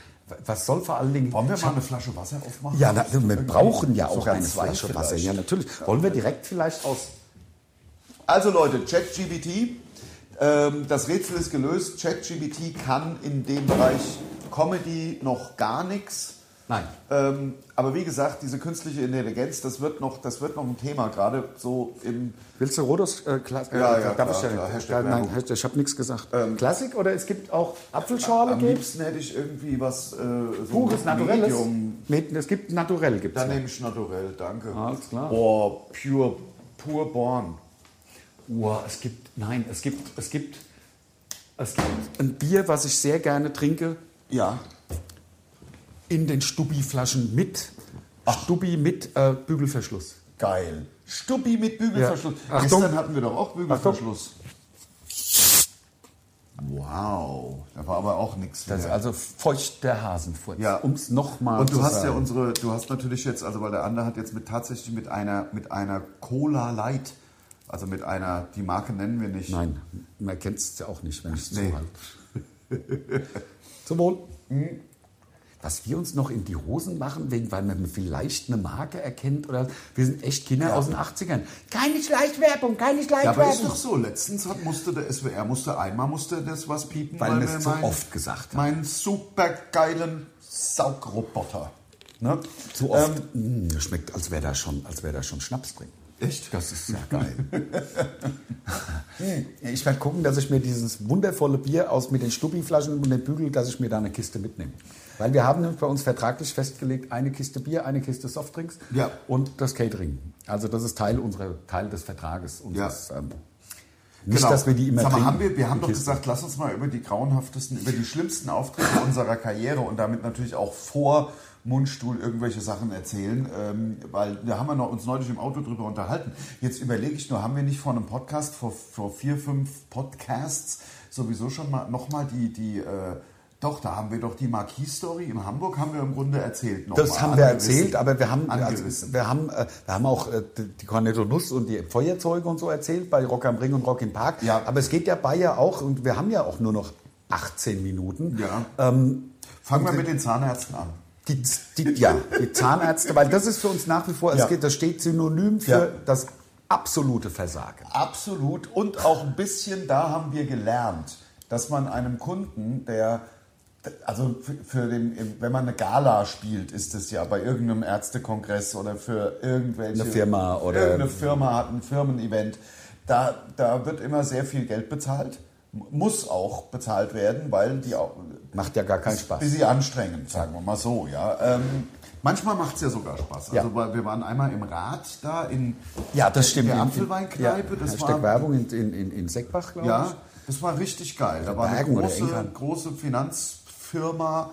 S4: Was soll vor allen Dingen.
S3: Wollen wir mal eine Flasche Wasser aufmachen?
S4: Ja, na, wir brauchen ja auch
S3: Sogar
S4: eine
S3: zwei
S4: Flasche Wasser.
S3: vielleicht.
S4: Ja, natürlich. Wollen wir direkt vielleicht aus.
S3: Also Leute, ChatGPT, ähm, das Rätsel ist gelöst. ChatGPT kann in dem Bereich Comedy noch gar nichts.
S4: Nein.
S3: Ähm, aber wie gesagt, diese künstliche Intelligenz, das wird noch, das wird noch ein Thema, gerade so im.
S4: Willst du Rodos äh, Klassik?
S3: Ja, ja,
S4: darf
S3: klar,
S4: ich ja
S3: klar, Hashtag
S4: Nein,
S3: Werbung. Ähm,
S4: Hashtag, ich habe nichts gesagt. Klassik oder es gibt auch Apfelschorle
S3: Am
S4: gibt's?
S3: liebsten hätte ich irgendwie was. Äh, so
S4: Pures,
S3: ein
S4: naturelles.
S3: Medium.
S4: Mit- Es gibt naturell gibt's.
S3: Dann nehme ich naturell, danke.
S4: Alles klar.
S3: Boah, pure, pure Born.
S4: Boah, es gibt nein, es gibt es gibt es gibt ein Bier, was ich sehr gerne trinke,
S3: Ja.
S4: in den Stubbi-Flaschen mit Stubbi mit äh, Bügelverschluss.
S3: Geil. Stuppi mit Bügelverschluss.
S4: Ja. Achtung.
S3: Gestern hatten wir doch auch Bügelverschluss. Wow, da war aber auch nichts
S4: Das ist also feuchter Hasenfurz.
S3: Ja.
S4: Um es nochmal
S3: Und du
S4: zu
S3: hast ja
S4: sagen.
S3: unsere, du hast natürlich jetzt, also weil der andere hat jetzt mit tatsächlich mit einer, mit einer Cola Light, also mit einer, die Marke nennen wir nicht.
S4: Nein, man kennt es ja auch nicht, wenn ich es
S3: Nee.
S4: zuhalte. Zum Wohl. Was wir uns noch in die Hosen machen, wegen, weil man vielleicht eine Marke erkennt oder wir sind echt Kinder aus den 80ern. Keine Schleichwerbung, keine
S3: Ja, aber ist
S4: Schleichwerbung.
S3: doch so. Letztens hat, musste der SWR musste einmal musste das was piepen,
S4: Weil wir es
S3: wir
S4: zu
S3: meinen-
S4: oft gesagt haben.
S3: Meinen supergeilen Saugroboter. Ne?
S4: Zu oft.
S3: Ähm.
S4: Mm, das schmeckt, als wäre da, schon- als wär da schon Schnaps drin.
S3: Echt?
S4: Das ist ja geil. ich werde gucken, dass ich mir dieses wundervolle Bier aus mit den Stubbi-Flaschen und den Bügel, dass ich mir da eine Kiste mitnehme. Weil wir haben nämlich bei uns vertraglich festgelegt, eine Kiste Bier, eine Kiste Softdrinks
S3: Ja.
S4: und das Catering. Also das ist Teil, unserer, Teil des Vertrages. Unseres, ähm, nicht,
S3: Genau.
S4: dass wir die immer
S3: Sag mal,
S4: trinken,
S3: haben wir, wir haben
S4: die
S3: doch
S4: Kiste.
S3: gesagt, lass uns mal über die grauenhaftesten, über die schlimmsten Auftritte unserer Karriere und damit natürlich auch vor Mundstuhl irgendwelche Sachen erzählen, ähm, weil da haben wir noch, uns neulich im Auto drüber unterhalten. Jetzt überlege ich nur, haben wir nicht vor einem Podcast, vor, vor vier, fünf Podcasts sowieso schon mal nochmal die, die äh, doch, da haben wir doch die Marquis-Story in Hamburg, haben wir im Grunde erzählt. Noch
S4: Das
S3: mal, Also
S4: haben wir
S3: angerissen.
S4: erzählt, aber wir haben, also,
S3: Angerissen.
S4: wir haben, äh, wir haben auch äh, die- die Cornetto Nuss und die Feuerzeuge und so erzählt bei Rock am Ring und Rock im Park.
S3: Ja.
S4: Aber es geht ja bei ja auch, und wir haben ja auch nur noch 18 Minuten.
S3: Ja.
S4: Ähm,
S3: Fangen wir mit den Zahnärzten an.
S4: die, die, ja, die Zahnärzte, weil das ist für uns nach wie vor,
S3: Ja.
S4: es geht, das steht synonym für
S3: Ja.
S4: das absolute Versagen.
S3: Absolut. Und auch ein bisschen, da haben wir gelernt, dass man einem Kunden, der, also für, für den, wenn man eine Gala spielt, ist es ja bei irgendeinem Ärztekongress oder für irgendwelche.
S4: Eine Firma oder-
S3: Irgendeine Firma hat ein Firmenevent. Da, da wird immer sehr viel Geld bezahlt. Muss auch bezahlt werden, weil die auch.
S4: Macht ja gar keinen Spaß.
S3: Bisschen anstrengend, sagen wir mal so, ja. Ähm, manchmal macht es ja sogar Spaß.
S4: Ja.
S3: Also, weil wir waren einmal im Rad da in
S4: Ja, das stimmt.
S3: der
S4: In- in-
S3: Äh, Apfelweinkneipe,
S4: ja,
S3: das
S4: Hashtag
S3: war-
S4: Werbung in, in, in, in Seckbach, glaube
S3: Ja,
S4: ich.
S3: das war richtig geil. Da war eine
S4: Bergen oder
S3: große,
S4: England.
S3: große Finanzfirma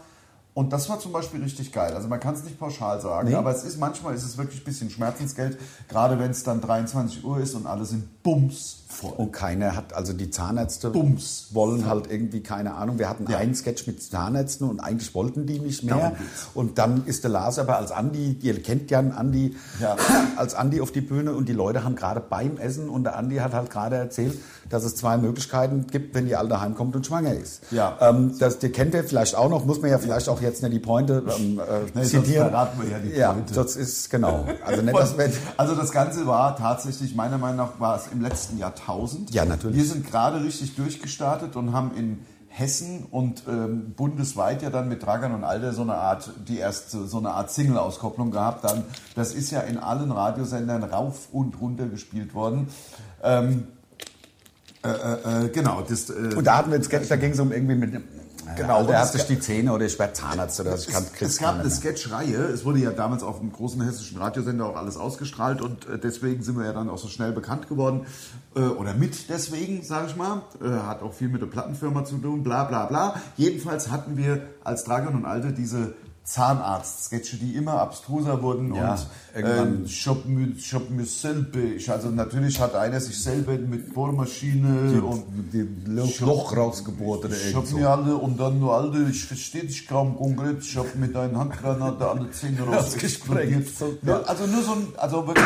S3: und das war zum Beispiel richtig geil. Also man kann es nicht pauschal sagen,
S4: Nee.
S3: aber es ist manchmal ist es wirklich ein bisschen Schmerzensgeld, gerade wenn es dann 23 Uhr ist und alle sind bums voll.
S4: Und keiner hat, also die Zahnärzte
S3: Bums.
S4: wollen halt irgendwie, keine Ahnung, wir hatten
S3: Ja.
S4: einen Sketch mit Zahnärzten und eigentlich wollten die nicht mehr.
S3: Darum geht's.
S4: Und dann ist der Lars aber als Andi, ihr kennt ja einen Andi,
S3: Ja.
S4: *clears throat* als Andi auf die Bühne und die Leute haben gerade beim Essen und der Andi hat halt gerade erzählt, dass es zwei Möglichkeiten gibt, wenn die Alte heimkommt und schwanger ist.
S3: Ja.
S4: Ähm, das die kennt ihr vielleicht auch noch, muss man ja vielleicht auch jetzt nicht die Pointe ähm, äh,
S3: Nee, sonst
S4: zitieren.
S3: verraten wir ja die Pointe.
S4: sonst ist genau. Also
S3: *laughs*
S4: nicht, dass wir,
S3: Also das Ganze war tatsächlich, meiner Meinung nach, war es im letzten Jahrtausend.
S4: Ja, natürlich.
S3: Wir sind gerade richtig durchgestartet und haben in Hessen und ähm, bundesweit ja dann mit Dragan und Alder so eine Art, die erste, so eine Art Single-Auskopplung gehabt. Dann, das ist ja in allen Radiosendern rauf und runter gespielt worden. Ähm, äh, äh, äh, genau, das, äh,
S4: Und da hatten wir einen Sketch, da ging es um irgendwie mit.
S3: Genau,
S4: Genau,
S3: und
S4: der hat
S3: es
S4: sich
S3: gab-
S4: die Zähne oder ich werde Zahnarzt oder ich kann
S3: es, es gab eine Sketchreihe. Es wurde ja damals auf dem großen hessischen Radiosender auch alles ausgestrahlt und äh, deswegen sind wir ja dann auch so schnell bekannt geworden. Äh, oder mit deswegen, sage ich mal. Äh, hat auch viel mit der Plattenfirma zu tun, bla bla bla. Jedenfalls hatten wir als Dragon und Alte diese Zahnarzt-Sketche, die immer abstruser wurden
S4: Ja,
S3: und
S4: irgendwann-
S3: äh, ich hab mir- ich hab mir selber, ich, also natürlich hat einer sich selber mit Bohrmaschine und
S4: Loch, Loch rausgebohrt oder
S3: ich
S4: irgend
S3: hab
S4: so.
S3: mir alle und dann nur alle, ich verstehe dich kaum konkret, ich hab mit einer Handgranate
S4: *laughs*
S3: alle Zähne raus
S4: Rausgesprengt.
S3: explodiert.
S4: So,
S3: Ja, also nur so ein, also wirklich,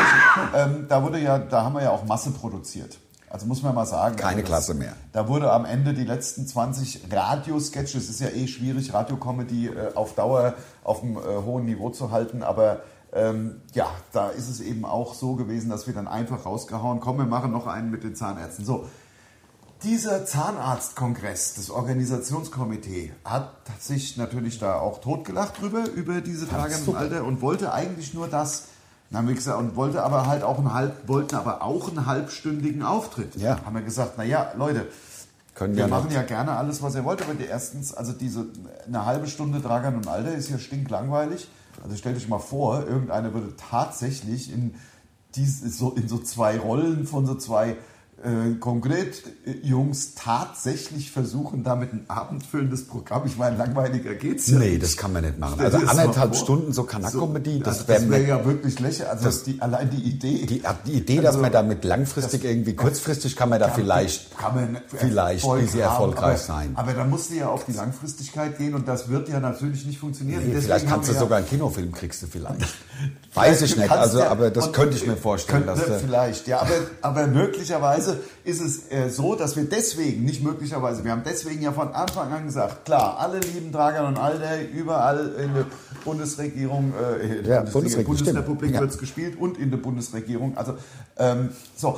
S3: ähm, da wurde ja, da haben wir ja auch Masse produziert. Also muss man mal sagen.
S4: Keine
S3: also
S4: Klasse mehr.
S3: Da wurde am Ende die letzten 20 Radiosketches, es ist ja eh schwierig, Radiocomedy äh, auf Dauer auf einem äh, hohen Niveau zu halten, aber ähm, ja, da ist es eben auch so gewesen, dass wir dann einfach rausgehauen, komm, wir machen noch einen mit den Zahnärzten. So, Dieser Zahnarztkongress, das Organisationskomitee, hat sich natürlich da auch totgelacht drüber, über diese Frage im Alter und wollte eigentlich nur das. Dann haben wir gesagt, und wollte aber halt auch einen halb, wollten aber auch einen halbstündigen Auftritt.
S4: Ja.
S3: Haben wir gesagt, naja, Leute,
S4: Können
S3: wir
S4: ja
S3: machen
S4: nicht.
S3: ja gerne alles, was ihr wollt, aber die erstens, also diese eine halbe Stunde Dragan und Alter ist ja stinklangweilig. Also stellt euch mal vor, irgendeiner würde tatsächlich in, dies, so, in so zwei Rollen von so zwei äh, Konkret-Jungs tatsächlich versuchen, damit ein abendfüllendes Programm. Ich meine, langweiliger geht's ja.
S4: Nee, das kann man nicht machen.
S3: Stell
S4: Also
S3: dir das mal
S4: anderthalb
S3: vor.
S4: Stunden so Kanackomedy,
S3: also
S4: das
S3: das
S4: wäre
S3: wär ja wirklich lächerlich. Also die, allein die Idee.
S4: die, die Idee, dass
S3: Also,
S4: man damit langfristig irgendwie, kurzfristig kann man da vielleicht,
S3: kann man nicht
S4: vielleicht
S3: Erfolg
S4: easy
S3: haben,
S4: erfolgreich
S3: aber,
S4: sein.
S3: Aber da musst du ja auf die Langfristigkeit gehen und das wird ja natürlich nicht funktionieren.
S4: Nee,
S3: Deswegen
S4: vielleicht
S3: haben
S4: kannst du
S3: wir ja-
S4: sogar einen Kinofilm kriegst du
S3: *laughs*
S4: vielleicht. Weiß ich
S3: Du
S4: nicht,
S3: kannst
S4: also
S3: ja-
S4: aber das
S3: und-
S4: könnte ich mir vorstellen, dass
S3: Könnte,
S4: äh,
S3: vielleicht, ja, aber, aber möglicherweise ist es äh, so, dass wir deswegen, nicht möglicherweise, wir haben deswegen ja von Anfang an gesagt, klar, alle lieben Dragan und Alder, überall in der Bundesregierung, äh, in
S4: Ja,
S3: der Bundesregierung,
S4: Bundesregierung,
S3: Bundesrepublik
S4: stimmt.
S3: wird es gespielt und in der Bundesregierung. Also, ähm, so.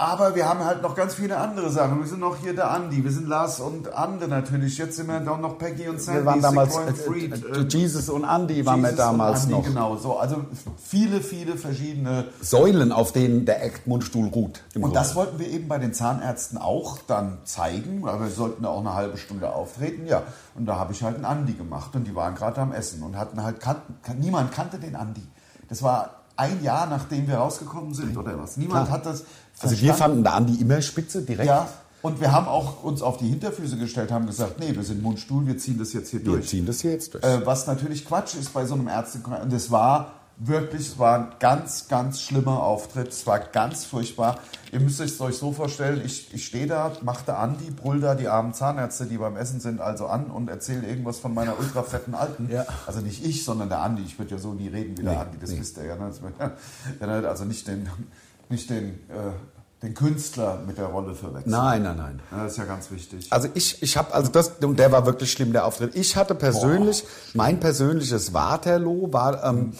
S3: Aber wir haben halt noch ganz viele andere Sachen. Wir sind noch hier der Andi, wir sind Lars und Ande natürlich. Jetzt sind wir dann noch Peggy und Sandy.
S4: wir waren damals
S3: Sigmund
S4: äh,
S3: Freud,
S4: äh, Jesus und Andy waren wir
S3: Jesus und
S4: damals
S3: Andi,
S4: noch.
S3: Genau, so. Also viele, viele verschiedene
S4: Säulen, auf denen der Eckmundstuhl ruht. im
S3: und das
S4: Grunde.
S3: wollten wir eben bei den Zahnärzten auch dann zeigen, weil wir sollten da auch eine halbe Stunde auftreten, ja. Und da habe ich halt einen Andi gemacht und die waren gerade am Essen und hatten halt, kannten, kan- niemand kannte den Andi. Das war ein Jahr, nachdem wir rausgekommen sind oder was. Niemand
S4: Klar.
S3: hat das
S4: also wir fanden
S3: verstanden.
S4: da Andi immer spitze direkt.
S3: Ja, und wir haben auch uns auf die Hinterfüße gestellt, haben gesagt, nee, wir sind Mundstuhl, wir ziehen das jetzt hier
S4: Wir
S3: durch.
S4: ziehen das hier jetzt durch.
S3: Äh, was natürlich Quatsch ist bei so einem Ärztekongress. Und es war wirklich, es war ein ganz, ganz schlimmer Auftritt. Es war ganz furchtbar. Ihr müsst es euch so vorstellen, ich, ich stehe da, mache da an, die brüll da die armen Zahnärzte, die beim Essen sind, also an und erzähle irgendwas von meiner ultrafetten Alten.
S4: Ja.
S3: Also nicht ich, sondern der Andi. Ich würde ja so nie reden wie der
S4: Nee,
S3: Andi, das
S4: nee.
S3: wisst ihr ja. Ne? Das wär- *laughs* Dann halt also nicht den, nicht den, äh, den Künstler mit der Rolle verwechseln.
S4: nein, nein, nein.
S3: Ja, Das ist ja ganz wichtig.
S4: Also ich, ich habe, also das, und der war wirklich schlimm, der Auftritt. Ich hatte persönlich, mein persönliches Waterloo war, ähm,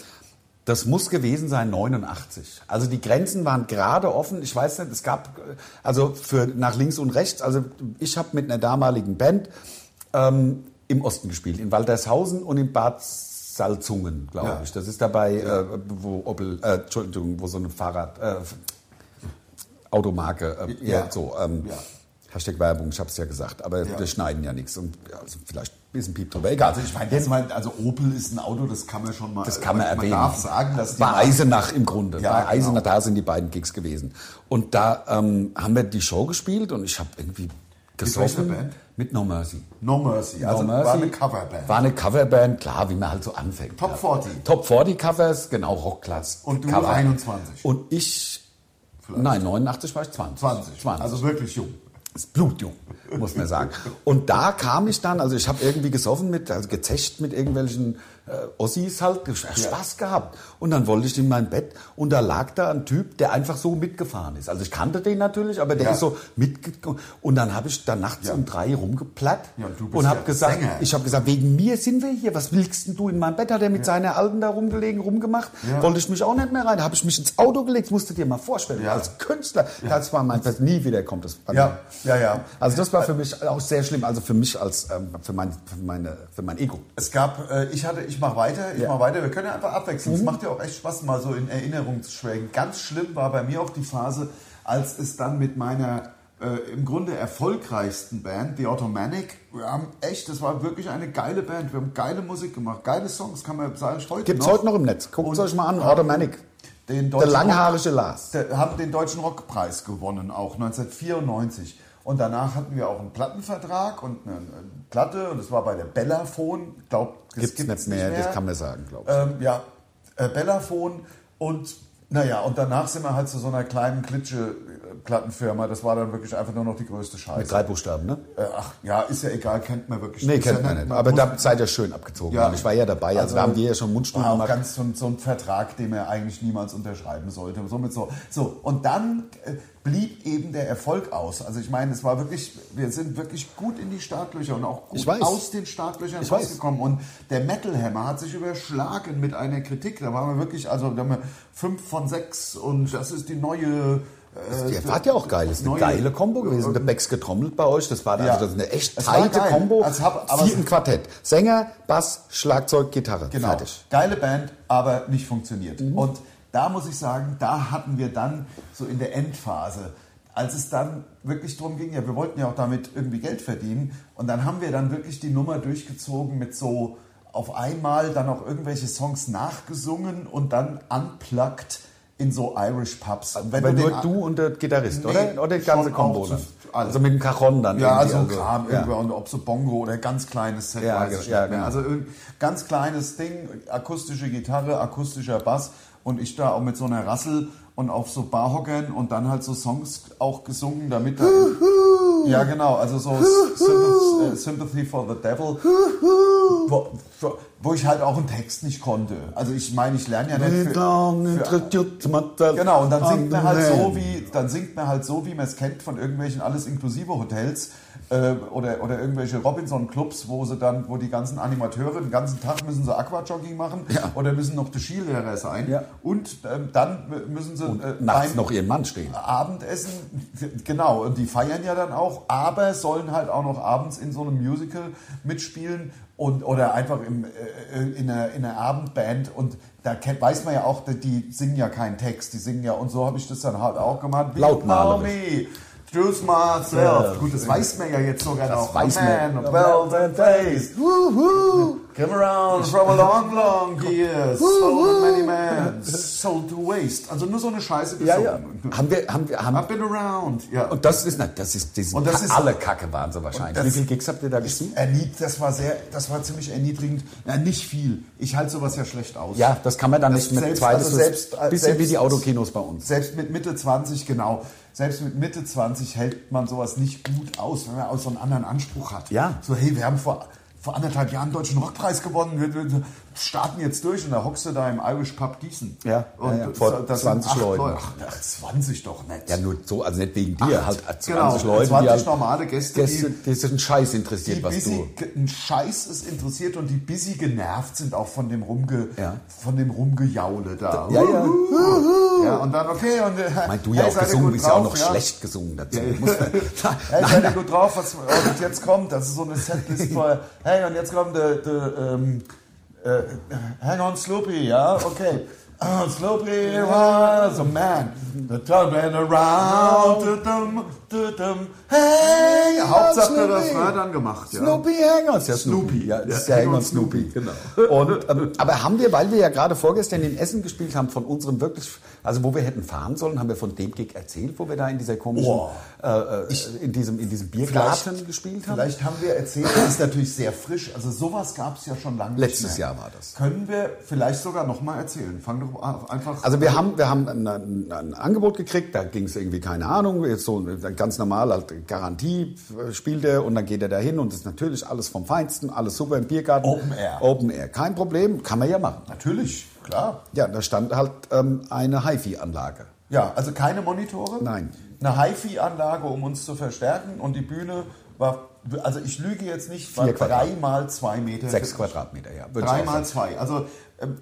S4: das muss gewesen sein 89. Also die Grenzen waren gerade offen. Ich weiß nicht, es gab, äh, also für nach links und rechts, also ich habe mit einer damaligen Band ähm, im Osten gespielt, in Waltershausen und in Bad Salzungen, glaube
S3: Ja.
S4: ich. Das ist dabei, äh, wo Opel, äh, Entschuldigung, wo so eine Fahrrad, äh, Automarke, äh,
S3: Ja.
S4: ja. so, ähm,
S3: Ja.
S4: Hashtag Werbung, ich habe es ja gesagt, aber
S3: Ja.
S4: wir schneiden ja nichts und ja, also vielleicht ein bisschen Piep drüber, egal.
S3: Also ich meine, jetzt mal, also Opel ist ein Auto, das kann man schon mal. äh,
S4: das kann man, erwähnen.
S3: Man darf sagen, dass die
S4: bei Eisenach im Grunde,
S3: Ja,
S4: bei
S3: genau.
S4: Eisenach, da sind die beiden Gigs gewesen. Und da ähm, haben wir die Show gespielt und ich habe irgendwie gesoffen
S3: welcher Band?
S4: mit No Mercy.
S3: No Mercy, also
S4: No Mercy
S3: war eine Coverband.
S4: War eine Coverband, klar, wie man halt so anfängt.
S3: Top
S4: ja.
S3: 40.
S4: Top 40 Covers, genau, Rockclass.
S3: Und du
S4: Cover.
S3: 21.
S4: Und ich, nein, 89 war ich 20.
S3: 20.
S4: 20.
S3: Also wirklich jung.
S4: ist blutjung, muss man sagen. Und da kam ich dann, also ich habe irgendwie gesoffen mit, also gezecht mit irgendwelchen äh, Ossis halt, ich hab Spaß gehabt. Und dann wollte ich in mein Bett und da lag da ein Typ, der einfach so mitgefahren ist. Also ich kannte den natürlich, aber der
S3: Ja.
S4: ist so mitgekommen. Und dann habe ich da nachts
S3: Ja.
S4: um drei rumgeplatt
S3: Ja, und du bist
S4: und habe
S3: ja
S4: gesagt,
S3: Sänger.
S4: ich habe gesagt, wegen mir sind wir hier. Was willst denn du in meinem Bett? Hat er mit seiner Alten da rumgelegen, rumgemacht.
S3: Ja.
S4: Wollte ich mich auch nicht mehr rein. Da habe ich mich ins Auto gelegt, musst du dir mal vorstellen.
S3: Ja.
S4: Als Künstler, das war mein, nie wieder kommt das bei mir.
S3: Ja, ja, ja.
S4: Also das war für mich auch sehr schlimm. Also für mich als ähm, für, mein, für, meine, für mein Ego.
S3: Es gab, äh, ich hatte, ich mache weiter, ich
S4: Ja. Mhm.
S3: mach mache weiter. Wir können ja einfach abwechseln. Es macht ja auch echt Spaß, mal so in Erinnerung zu schwelgen. Ganz schlimm war bei mir auch die Phase, als es dann mit meiner äh, im Grunde erfolgreichsten Band, The Automatic, wir haben echt, das war wirklich eine geile Band. Wir haben geile Musik gemacht, geile Songs, kann man sagen, heute
S4: Gibt's
S3: noch.
S4: heute noch im Netz. Guckt
S3: Genau. Und-
S4: euch mal an, Automatic.
S3: Den
S4: Der
S3: deutschen
S4: langhaarige Lars.
S3: Der- Äh, haben den Deutschen Rockpreis gewonnen, auch 1994. Und danach hatten wir auch einen Plattenvertrag und eine, eine Platte und es war bei der Bellaphon. Ich glaube, das
S4: Gibt's nicht mehr, das kann man sagen, glaube ich.
S3: Ähm, ja, äh, Bellaphon und naja, und danach sind wir halt zu so einer kleinen Klitsche-Plattenfirma. Das war dann wirklich einfach nur noch die größte Scheiße.
S4: Drei Buchstaben, ne?
S3: äh, ach ja, ist ja egal, kennt man wirklich
S4: Nee,
S3: Ist
S4: kennt
S3: ja
S4: man nicht.
S3: man
S4: Aber
S3: muss-
S4: da seid ihr schön abgezogen.
S3: Ja.
S4: Ich war ja dabei. Also,
S3: Also,
S4: da haben die ja schon Mundstuhl
S3: war auch
S4: gemacht.
S3: ganz so, ein- so ein Vertrag, den er eigentlich niemals unterschreiben sollte. Somit so. so. Und dann äh, blieb eben der Erfolg aus. Also ich meine, es war wirklich, wir sind wirklich gut in die Startlöcher und auch gut
S4: Ich weiß.
S3: aus den Startlöchern
S4: Ich weiß.
S3: rausgekommen. Und der Metal Hammer hat sich überschlagen mit einer Kritik. Da waren wir wirklich, also da haben wir fünf von sechs und das ist die neue äh,
S4: Ihr wart ja auch geil. Das ist eine
S3: neue-
S4: geile Combo gewesen. Der Becks getrommelt bei euch. Das war
S3: Ja.
S4: also das ist eine echt
S3: Es war
S4: tighte
S3: geil.
S4: Combo.
S3: Also hab- aber-
S4: Vier im Quartett. Sänger, Bass, Schlagzeug, Gitarre.
S3: Genau.
S4: Fertig.
S3: Geile Band, aber nicht funktioniert.
S4: Mhm.
S3: Und da muss ich sagen, da hatten wir dann so in der Endphase, als es dann wirklich darum ging, ja, wir wollten ja auch damit irgendwie Geld verdienen. Und dann haben wir dann wirklich die Nummer durchgezogen mit so auf einmal dann auch irgendwelche Songs nachgesungen und dann unplugged in so Irish Pubs. Und
S4: Weil
S3: den-
S4: nur du und der Gitarrist,
S3: Nee,
S4: oder? Oder die ganze
S3: schon
S4: Combo
S3: auch
S4: dann?
S3: zu- alle.
S4: Also mit dem Cajon dann.
S3: Ja,
S4: irgendwie,
S3: so also, Kram,
S4: ja.
S3: irgendwo, und ob so Bongo oder ganz kleines Set,
S4: Ja,
S3: weiß ich
S4: ge-
S3: nicht
S4: ja,
S3: mehr.
S4: genau.
S3: Also irgend- ganz kleines Ding, akustische Gitarre, akustischer Bass und ich da auch mit so einer Rassel und auf so Barhockern und dann halt so Songs auch gesungen, damit da, Ja, genau, also so Sympath- äh, Sympathy for the Devil, wo, wo- wo ich halt auch einen Text nicht konnte. Also ich meine, ich lerne ja nicht für, für Genau, und dann
S4: Ah,
S3: singt man halt so, wie dann singt man halt so, wie man es kennt von irgendwelchen alles inklusive Hotels äh, oder, oder irgendwelche Robinson-Clubs, wo sie dann, wo die ganzen Animateure den ganzen Tag müssen sie Aquajogging machen
S4: Ja.
S3: oder müssen noch der Skilehrer sein.
S4: Ja.
S3: Und ähm, dann müssen sie äh,
S4: Nachts
S3: beim
S4: noch ihren Mann stehen.
S3: Abendessen, genau, und die feiern ja dann auch, aber sollen halt auch noch abends in so einem Musical mitspielen und oder einfach im, äh, in, einer, in einer Abendband und da kennt, weiß man ja auch, die- die singen ja keinen Text, die singen ja und so habe ich das dann halt auch gemacht. Be
S4: Lautmalerisch.
S3: me, Choose myself. Gut, das weiß man ja jetzt sogar noch.
S4: weiß man.
S3: Man of bells and days. Woohoo. Come around from a long, long years. Stolen many men. Sold to waste. Also nur so eine Scheiße gesungen.
S4: Haben wir, haben wir, haben,
S3: I've been around. Ja.
S4: und das ist, na, das ist, die sind
S3: Und das ist-
S4: alle Kacke waren sie wahrscheinlich.
S3: das-
S4: Wie viele Gigs habt ihr da gespielt?
S3: Ernied, das war sehr, das war ziemlich erniedrigend. Ja, nicht viel. Ich halte sowas ja schlecht aus.
S4: Ja, das kann man dann
S3: Das
S4: nicht mit
S3: selbst-
S4: zweites.
S3: also
S4: das
S3: selbst-
S4: ist ein bisschen
S3: selbst-
S4: wie die Autokinos bei uns.
S3: Selbst mit Mitte 20, genau. Selbst mit Mitte 20 hält man sowas nicht gut aus, wenn man auch so einen anderen Anspruch hat.
S4: Ja.
S3: So, hey, wir haben vor, vor anderthalb Jahren deutschen Rockpreis gewonnen, wir, wir starten jetzt durch und da hockst du da im Irish Pub Gießen.
S4: Ja,
S3: und
S4: ja, ja.
S3: das-
S4: Vor
S3: das sind
S4: 20
S3: acht
S4: Leuten.
S3: Leute. Ach, ach, 20 doch nicht.
S4: Ja, nur so, also nicht wegen dir, halt 20
S3: genau,
S4: Leute,
S3: 20
S4: die halt,
S3: normale Gäste,
S4: Gäste,
S3: die-
S4: die sind scheiß
S3: die
S4: interessiert, was
S3: busy,
S4: du.
S3: ge- ein Scheiß ist interessiert und die busy genervt sind auch von dem Rumge,
S4: Ja.
S3: von dem Rumgejaule da.
S4: Ja, ja.
S3: Uhuhu. ja. Und dann, okay, und äh,
S4: Uh. Ich meine,
S3: *laughs*
S4: du ja
S3: hey,
S4: auch
S3: seid ihr
S4: gesungen,
S3: gut
S4: bist ja auch
S3: drauf,
S4: noch schlecht gesungen dazu. Muss man-
S3: Hey, seid ihr gut drauf, was und jetzt kommt? Das ist so
S4: *laughs*
S3: eine Setlist voll. Hey, und jetzt kommt der, der ähm, äh, Hang on Sloopy, ja? Okay. Hang on Sloopy was a man that turned around. Dudum, dudum. Hey,
S4: on
S3: Hauptsache, das
S4: Snoopy.
S3: war dann gemacht, *laughs* ja?
S4: Snoopy Hangers, ja Snoopy.
S3: Snoopy.
S4: Ja, das ist der
S3: Ja, Hang
S4: Hanger
S3: on
S4: Snoopy.
S3: Snoopy,
S4: Genau. Und, ähm, aber haben wir, weil wir ja gerade vorgestern in Essen gespielt haben, von unserem wirklich, also wo wir hätten fahren sollen, haben wir von dem Gig erzählt, wo wir da in dieser komischen,
S3: Oh.
S4: äh, äh, in diesem, in diesem Biergarten gespielt haben?
S3: Vielleicht haben wir erzählt, das ist natürlich sehr frisch. Also sowas gab es ja schon lange
S4: Letztes
S3: nicht mehr.
S4: Jahr war das.
S3: Können wir vielleicht sogar nochmal erzählen? Fang doch auf- einfach
S4: Also wir haben, wir haben ein, ein, ein Angebot gekriegt, da ging es irgendwie, keine Ahnung, jetzt so ganz normal, halt Garantie äh, spielt er und dann geht er da hin und ist natürlich alles vom Feinsten, alles super im Biergarten.
S3: Open Air.
S4: Open Air, kein Problem, kann man ja machen.
S3: Natürlich, klar.
S4: Ja, da stand halt ähm, eine HiFi-Anlage.
S3: Ja, also keine Monitore?
S4: Nein.
S3: Eine HiFi-Anlage, um uns zu verstärken und die Bühne war, also ich lüge jetzt nicht, war
S4: Vier Quadrat.
S3: drei mal zwei Meter.
S4: Sechs Quadratmeter, ja. würde ich
S3: Drei
S4: auch
S3: mal
S4: sagen.
S3: zwei. Also ähm,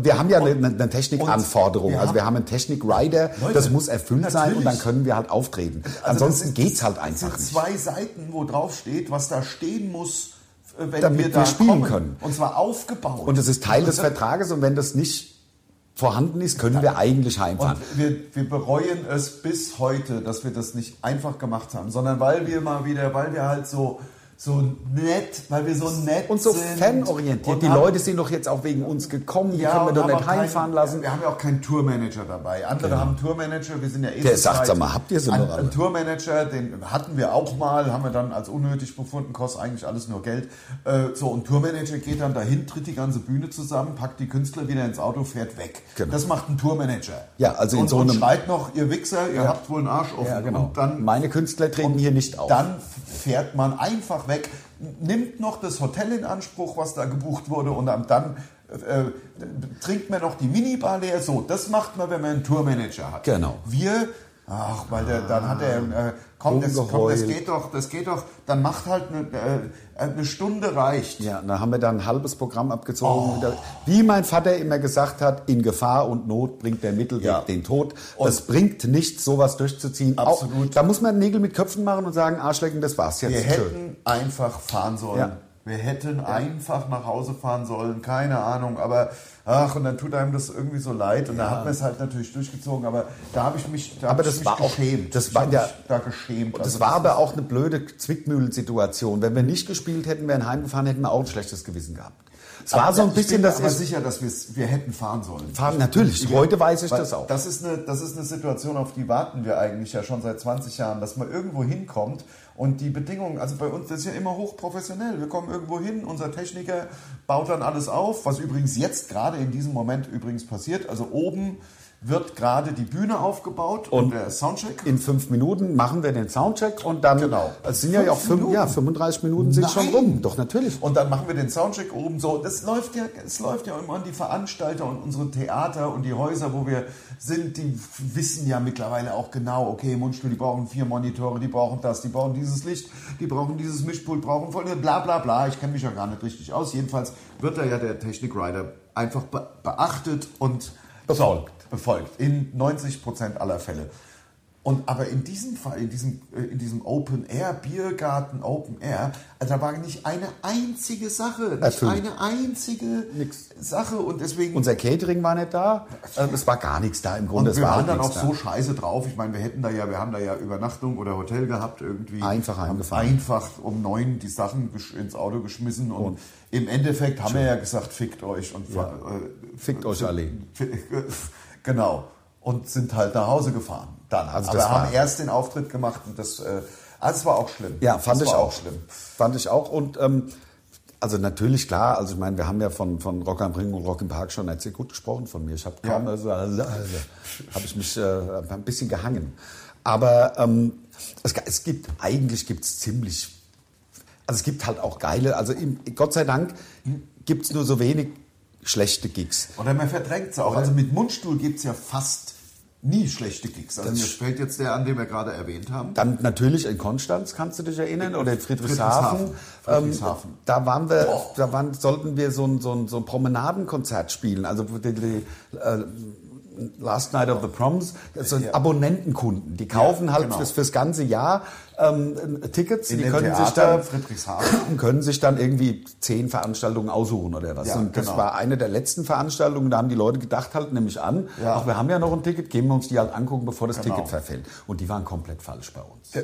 S4: Wir haben ja eine, eine- eine Technikanforderung.
S3: Und wir
S4: also wir
S3: haben-
S4: haben einen Technik-Rider,
S3: Leute,
S4: das muss erfüllt sein und
S3: natürlich.
S4: dann können wir halt auftreten.
S3: Also
S4: Ansonsten
S3: das sind-
S4: geht's halt
S3: das
S4: einfach
S3: sind
S4: nicht.
S3: zwei Seiten, wo drauf steht, was da stehen muss, äh, wenn
S4: Damit
S3: wir da
S4: wir spielen
S3: kommen.
S4: können.
S3: Und zwar aufgebaut.
S4: Und es ist Teil des Vertrages und wenn das nicht vorhanden ist, können wir eigentlich heimfahren.
S3: Und wir, wir bereuen es bis heute, dass wir das nicht einfach gemacht haben, sondern weil wir mal wieder, weil wir halt so so nett, weil wir so nett
S4: Und so
S3: sind
S4: fanorientiert.
S3: und
S4: Die
S3: haben-
S4: Leute sind doch jetzt auch wegen uns gekommen, die können wir
S3: und
S4: doch
S3: haben
S4: nicht
S3: auch
S4: heimfahren
S3: keinen-
S4: lassen.
S3: Wir haben ja auch keinen Tourmanager dabei. Andere haben einen Tourmanager, wir sind ja eh
S4: Der
S3: zu
S4: sagt,
S3: zweit.
S4: sag mal, habt ihr sie
S3: Ein-
S4: noch alle?
S3: Ein Tourmanager, den hatten wir auch mal, haben wir dann als unnötig befunden, kostet eigentlich alles nur Geld. Äh, so, und Tourmanager geht dann dahin, tritt die ganze Bühne zusammen, packt die Künstler wieder ins Auto, fährt weg.
S4: Genau.
S3: Das macht ein Tourmanager.
S4: Ja, also in
S3: und,
S4: so
S3: und
S4: einem-
S3: schreit noch, ihr Wichser, ihr habt wohl einen Arsch offen.
S4: Ja, genau.
S3: Und dann
S4: Meine Künstler treten hier nicht auf.
S3: dann fährt man einfach weg, nimmt noch das Hotel in Anspruch, was da gebucht wurde, und am- dann äh, trinkt man noch die Minibar leer. So, das macht man, wenn man einen Tourmanager hat.
S4: Genau.
S3: Wir Ach, weil der, dann hat er, äh, komm, das, komm,
S4: Rumgeheul.
S3: das geht doch, das geht doch, dann macht halt eine, äh, eine Stunde reicht.
S4: Ja, dann haben wir da ein halbes Programm
S3: Oh.
S4: abgezogen. Wieder- Wie mein Vater immer gesagt hat, in Gefahr und Not bringt der Mittelweg
S3: Ja.
S4: den Tod. das bringt nichts, sowas durchzuziehen.
S3: Absolut.
S4: Auch, da muss man Nägel mit Köpfen machen und sagen, Arschlecken, das war's jetzt.
S3: Wir
S4: Tschö.
S3: hätten einfach fahren sollen.
S4: Ja.
S3: Wir hätten einfach nach Hause fahren sollen, keine Ahnung, aber ach, und dann tut einem das irgendwie so leid und da hat man es halt natürlich durchgezogen, aber da habe ich mich, da
S4: Aber
S3: hab ich
S4: das
S3: mich
S4: war auch-
S3: geschämt.
S4: das
S3: Ich
S4: war
S3: hab
S4: ja-
S3: mich da geschämt.
S4: Das
S3: Also
S4: war aber auch eine blöde Zwickmühlensituation. Wenn wir nicht gespielt hätten, wären heimgefahren, hätten wir auch ein schlechtes Gewissen gehabt. Es war so ein
S3: ich bin
S4: bisschen
S3: mir
S4: das
S3: aber
S4: ist-
S3: sicher, dass wir's- wir hätten fahren sollen.
S4: Fahren, natürlich. Heute weiß ich
S3: Weil
S4: das auch.
S3: Das ist, eine, das ist eine Situation, auf die warten wir eigentlich ja schon seit 20 Jahren, dass man irgendwo hinkommt und die Bedingungen, also bei uns, das ist ja immer hochprofessionell. Wir kommen irgendwo hin, unser Techniker baut dann alles auf, was übrigens jetzt gerade in diesem Moment übrigens passiert. Also oben wird gerade die Bühne aufgebaut und,
S4: Und
S3: der Soundcheck.
S4: in fünf Minuten machen wir den Soundcheck und dann
S3: Genau.
S4: es sind ja
S3: Fünf
S4: auch fünf,
S3: Minuten?
S4: ja, 35 Minuten sind
S3: Nein.
S4: schon rum. Doch natürlich.
S3: Und dann machen wir den Soundcheck oben so. Das läuft ja, es läuft ja immer an die Veranstalter und unsere Theater und die Häuser, wo wir sind, die wissen ja mittlerweile auch genau, okay, Mundstuhl, die brauchen vier Monitore, die brauchen das, die brauchen dieses Licht, die brauchen dieses Mischpult, brauchen voll, bla bla bla. Ich kenne mich ja gar nicht richtig aus. Jedenfalls wird da ja der Technik-Rider einfach be beachtet und
S4: Befolgt.
S3: befolgt. In 90 Prozent aller Fälle. Und aber in diesem Fall, in diesem, äh, in diesem Open Air, Biergarten, Open Air, also da war nicht eine einzige Sache, nicht
S4: Erfüllt.
S3: eine einzige
S4: Nix.
S3: Sache. Und deswegen
S4: Unser Catering war nicht
S3: *laughs*
S4: da. Äh, Es war gar nichts da im Grunde. es
S3: und wir
S4: war
S3: waren
S4: halt
S3: dann auch
S4: nichts
S3: so scheiße drauf. Ich meine, wir hätten da ja, wir haben da ja Übernachtung oder Hotel gehabt irgendwie.
S4: Einfach
S3: Haben
S4: heimgefahren.
S3: Einfach um neun die Sachen gesch- ins Auto geschmissen und, im Endeffekt haben wir ja gesagt, fickt euch und fa- äh,
S4: Fickt euch
S3: sind-
S4: alle.
S3: *laughs* Genau. Und sind halt nach Hause gefahren dann.
S4: Also
S3: Aber
S4: das war-
S3: haben erst den Auftritt gemacht und das, äh, ah, das war auch schlimm.
S4: Ja, fand
S3: das
S4: ich
S3: war
S4: auch.
S3: schlimm.
S4: Fand ich auch. Und ähm, also natürlich klar, also ich meine, wir haben ja von, von Rock am Ring und Rock im Park schon erzählt, gut gesprochen von mir. Ich habe kaum,
S3: Ja.
S4: also, also, also habe ich mich äh, ein bisschen gehangen. Aber ähm, es, es gibt, eigentlich gibt es ziemlich, also es gibt halt auch geile, also im, Gott sei Dank gibt es nur so wenig schlechte Gigs.
S3: Oder man verdrängt es auch. Also mit Mundstuhl gibt es ja fast nie schlechte Gigs. Also mir fällt jetzt der an, den wir gerade erwähnt haben.
S4: Dann natürlich in Konstanz, kannst du dich erinnern, oder in Friedrichshafen.
S3: Friedrichshafen. Friedrichshafen.
S4: Ähm, da waren wir, da waren, sollten wir so ein, so ein, so ein Promenadenkonzert spielen, also die, die, äh, Last Night of the Proms, so
S3: Ja.
S4: Abonnentenkunden, die kaufen
S3: Ja,
S4: halt
S3: genau.
S4: fürs, fürs ganze Jahr ähm, Tickets,
S3: In
S4: die
S3: den
S4: können sich
S3: Theatern
S4: da
S3: in Friedrichshafen.
S4: und *clears throat* können sich dann irgendwie zehn Veranstaltungen aussuchen oder was.
S3: Ja,
S4: und das
S3: genau.
S4: war eine der letzten Veranstaltungen, da haben die Leute gedacht, halt nämlich an,
S3: Ja.
S4: ach, wir haben ja noch ein Ticket, gehen wir uns die halt angucken, bevor das
S3: Genau.
S4: Ticket verfällt. Und die waren komplett falsch bei uns.
S3: Die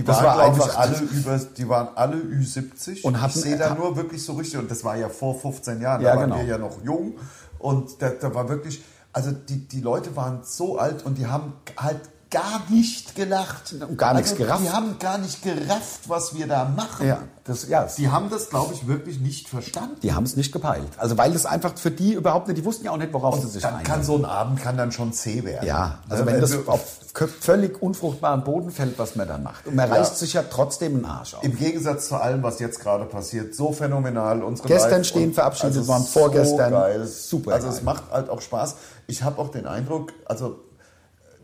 S4: Äh, Das
S3: waren,
S4: war
S3: glaub
S4: einfach-
S3: ich, alle über, die waren alle Ü70.
S4: Und hatten-
S3: ich sehe da nur wirklich so richtig, und das war ja vor 15 Jahren,
S4: Ja,
S3: da waren
S4: genau.
S3: wir ja noch jung. Und da, da war wirklich, also die, die Leute waren so alt und die haben halt gar nicht gelacht. Also,
S4: Und gar nichts gerafft.
S3: Die haben gar nicht gerafft, was wir da machen.
S4: Ja, das, ja,
S3: Die haben das, glaube ich, wirklich nicht verstanden.
S4: die haben es nicht gepeilt. Also weil das einfach für die überhaupt nicht, die wussten ja auch nicht, worauf sie sich
S3: Dann kann
S4: einlassen.
S3: so ein Abend kann dann schon zäh werden.
S4: Ja, also
S3: Ne,
S4: wenn das
S3: du-
S4: auf kö- völlig unfruchtbaren Boden fällt, was man dann macht. Und man
S3: Ja.
S4: reißt sich ja trotzdem einen Arsch auf.
S3: Im Gegensatz zu allem, was jetzt gerade passiert, so phänomenal. Unsere
S4: Gestern
S3: Live-
S4: stehen
S3: und- also
S4: verabschiedet worden, vorgestern.
S3: So geil.
S4: Super
S3: Also es
S4: geil.
S3: macht halt auch Spaß. Ich habe auch den Eindruck, also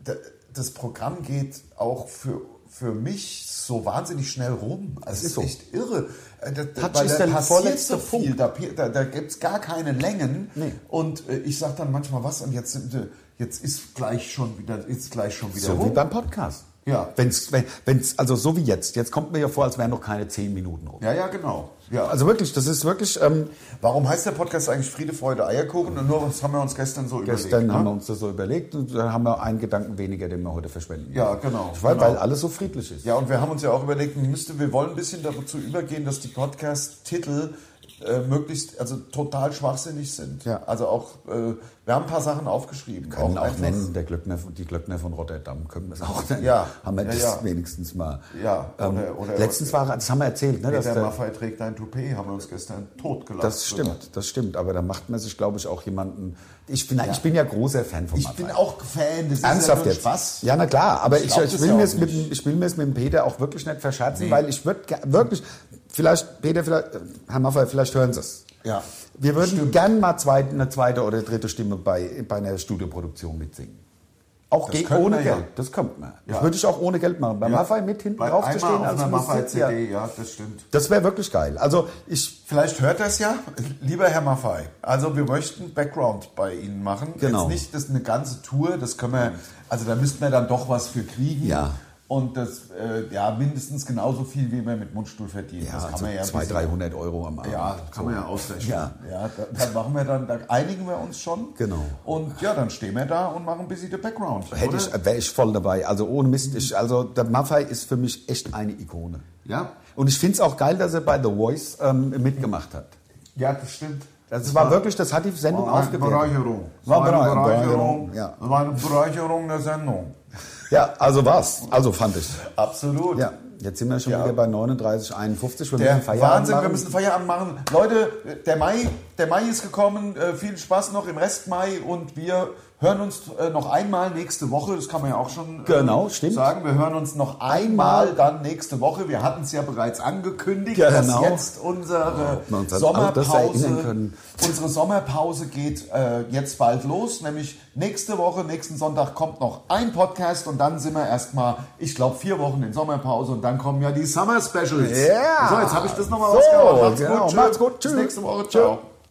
S3: d- das Programm geht auch für, für mich so wahnsinnig schnell rum. Also es
S4: ist
S3: ist
S4: so.
S3: echt irre. Äh, da- da-
S4: Touch
S3: weil
S4: ist
S3: da
S4: der
S3: passiert
S4: vorletzte
S3: so viel,
S4: Punkt.
S3: Da, pi- da, da gibt es gar keine Längen. Und äh, ich sage dann manchmal was und jetzt, sind, äh, jetzt ist gleich schon wieder, ist gleich schon wieder
S4: So wie
S3: rum.
S4: beim Podcast.
S3: Ja.
S4: Wenn's, wenn, wenn's, also so wie jetzt. Jetzt kommt mir ja vor, als wären noch keine zehn Minuten rum.
S3: ja, ja, genau. Ja.
S4: Also wirklich, das ist wirklich, ähm,
S3: Warum heißt der Podcast eigentlich Friede, Freude, Eierkuchen? Und nur was haben wir uns gestern so
S4: gestern
S3: überlegt?
S4: haben
S3: ne?
S4: wir uns das so überlegt und dann haben wir einen Gedanken weniger, den wir heute verschwenden.
S3: Ja, genau,
S4: Weil,
S3: genau.
S4: weil alles so friedlich ist.
S3: Ja, und wir haben uns ja auch überlegt, man müsste, wir wollen ein bisschen dazu übergehen, dass die Podcast-Titel äh, möglichst, also total schwachsinnig sind.
S4: Ja.
S3: Also auch, äh, wir haben ein paar Sachen aufgeschrieben.
S4: können auch
S3: einfach-
S4: nennen, der Glöckner, die Glöckner von Rotterdam können wir es auch nennen.
S3: Ja.
S4: Haben wir
S3: Ja,
S4: das
S3: ja.
S4: wenigstens mal.
S3: Ja,
S4: Ähm,
S3: oder- oder-
S4: letztens war, das haben wir erzählt, ne, dass
S3: Der
S4: der,
S3: Maffei trägt ein Toupet, haben wir uns gestern totgelacht.
S4: das stimmt, das stimmt. Aber da macht man sich, glaube ich, auch jemanden. Ich bin, ich bin ja großer Fan von
S3: Ich
S4: Maffei.
S3: bin auch Fan, das
S4: Ernsthaft
S3: ist ja nur
S4: jetzt?
S3: Spaß.
S4: Ja, na klar, aber ich,
S3: glaub
S4: ich,
S3: das
S4: will
S3: ja
S4: mir
S3: auch
S4: es mit, dem-
S3: nicht.
S4: ich will mir es mit dem Peter auch wirklich nicht verscherzen, weil ich würde wirklich, vielleicht, Peter, vielleicht, Herr Maffei, vielleicht hören Sie es.
S3: Ja.
S4: Wir würden gern mal zweit, eine zweite oder dritte Stimme bei, bei einer Studioproduktion mitsingen. Auch
S3: Das
S4: ge-
S3: könnte
S4: ohne
S3: man ja.
S4: Geld. Das könnte man. Das
S3: Ja.
S4: würde ich auch ohne Geld machen. Bei Maffei mit hinten
S3: Bei
S4: drauf
S3: einmal
S4: zu stehen
S3: auf
S4: als
S3: einer
S4: Musik, ja.
S3: Maffei-CD, ja, das stimmt.
S4: Das wäre wirklich geil. Also ich
S3: Vielleicht hört das ja, lieber Herr Maffei. Also wir möchten Background bei Ihnen machen.
S4: Genau.
S3: Jetzt nicht, das ist eine ganze Tour, das können wir, also da müssten wir dann doch was für kriegen.
S4: Ja.
S3: Und das, äh, ja, mindestens genauso viel, wie wir mit Mundstuhl verdienen. das kann
S4: also
S3: man ja ein
S4: 200,
S3: bisschen-
S4: 300 Euro am Abend.
S3: Ja, kann man ja ausrechnen.
S4: Ja.
S3: ja da, dann machen wir dann, da einigen wir uns schon.
S4: Genau.
S3: Und ja, dann stehen wir da und machen ein bisschen den Background.
S4: Hätte
S3: oder? Mhm.
S4: ich, wäre ich voll dabei. Also ohne Mist. Ich, also der Maffei ist für mich echt eine Ikone.
S3: Ja.
S4: Und ich finde es auch geil, dass er bei The Voice ähm, mitgemacht hat.
S3: Ja, das stimmt.
S4: Das, war wirklich, das hat die Sendung
S3: War eine
S4: aufgewertet.
S3: Bereicherung.
S4: War
S3: War eine
S4: Bereicherung,
S3: Bereicherung,
S4: ja.
S3: war eine Bereicherung der Sendung.
S4: Ja, also war's. Also fand ich.
S3: Absolut.
S4: Ja, jetzt sind wir schon
S3: Ja.
S4: wieder bei 39, 51. Wir
S3: Der
S4: müssen Feierabend
S3: Wahnsinn, wir
S4: machen.
S3: müssen Feierabend machen. Leute, der Mai, der Mai ist gekommen. Äh, viel Spaß noch im Rest Mai und wir hören uns äh, noch einmal nächste Woche. Das kann man ja auch schon äh,
S4: Genau, stimmt.
S3: sagen. Wir hören uns noch einmal dann nächste Woche. Wir hatten es ja bereits angekündigt,
S4: Ja,
S3: dass
S4: genau.
S3: jetzt unsere
S4: ob wir uns an
S3: Sommerpause,
S4: all das erinnern können.
S3: unsere Sommerpause geht äh, jetzt bald los. Nämlich nächste Woche, nächsten Sonntag kommt noch ein Podcast und dann sind wir erstmal, ich glaube, vier Wochen in Sommerpause und dann kommen ja die Summer Specials.
S4: Ja.
S3: So, jetzt habe ich das nochmal
S4: So,
S3: rausgehauen. Macht's
S4: genau. Macht's gut.
S3: gut. Tschö. Bis
S4: Tschö.
S3: nächste Woche.
S4: Tschö.
S3: Ciao.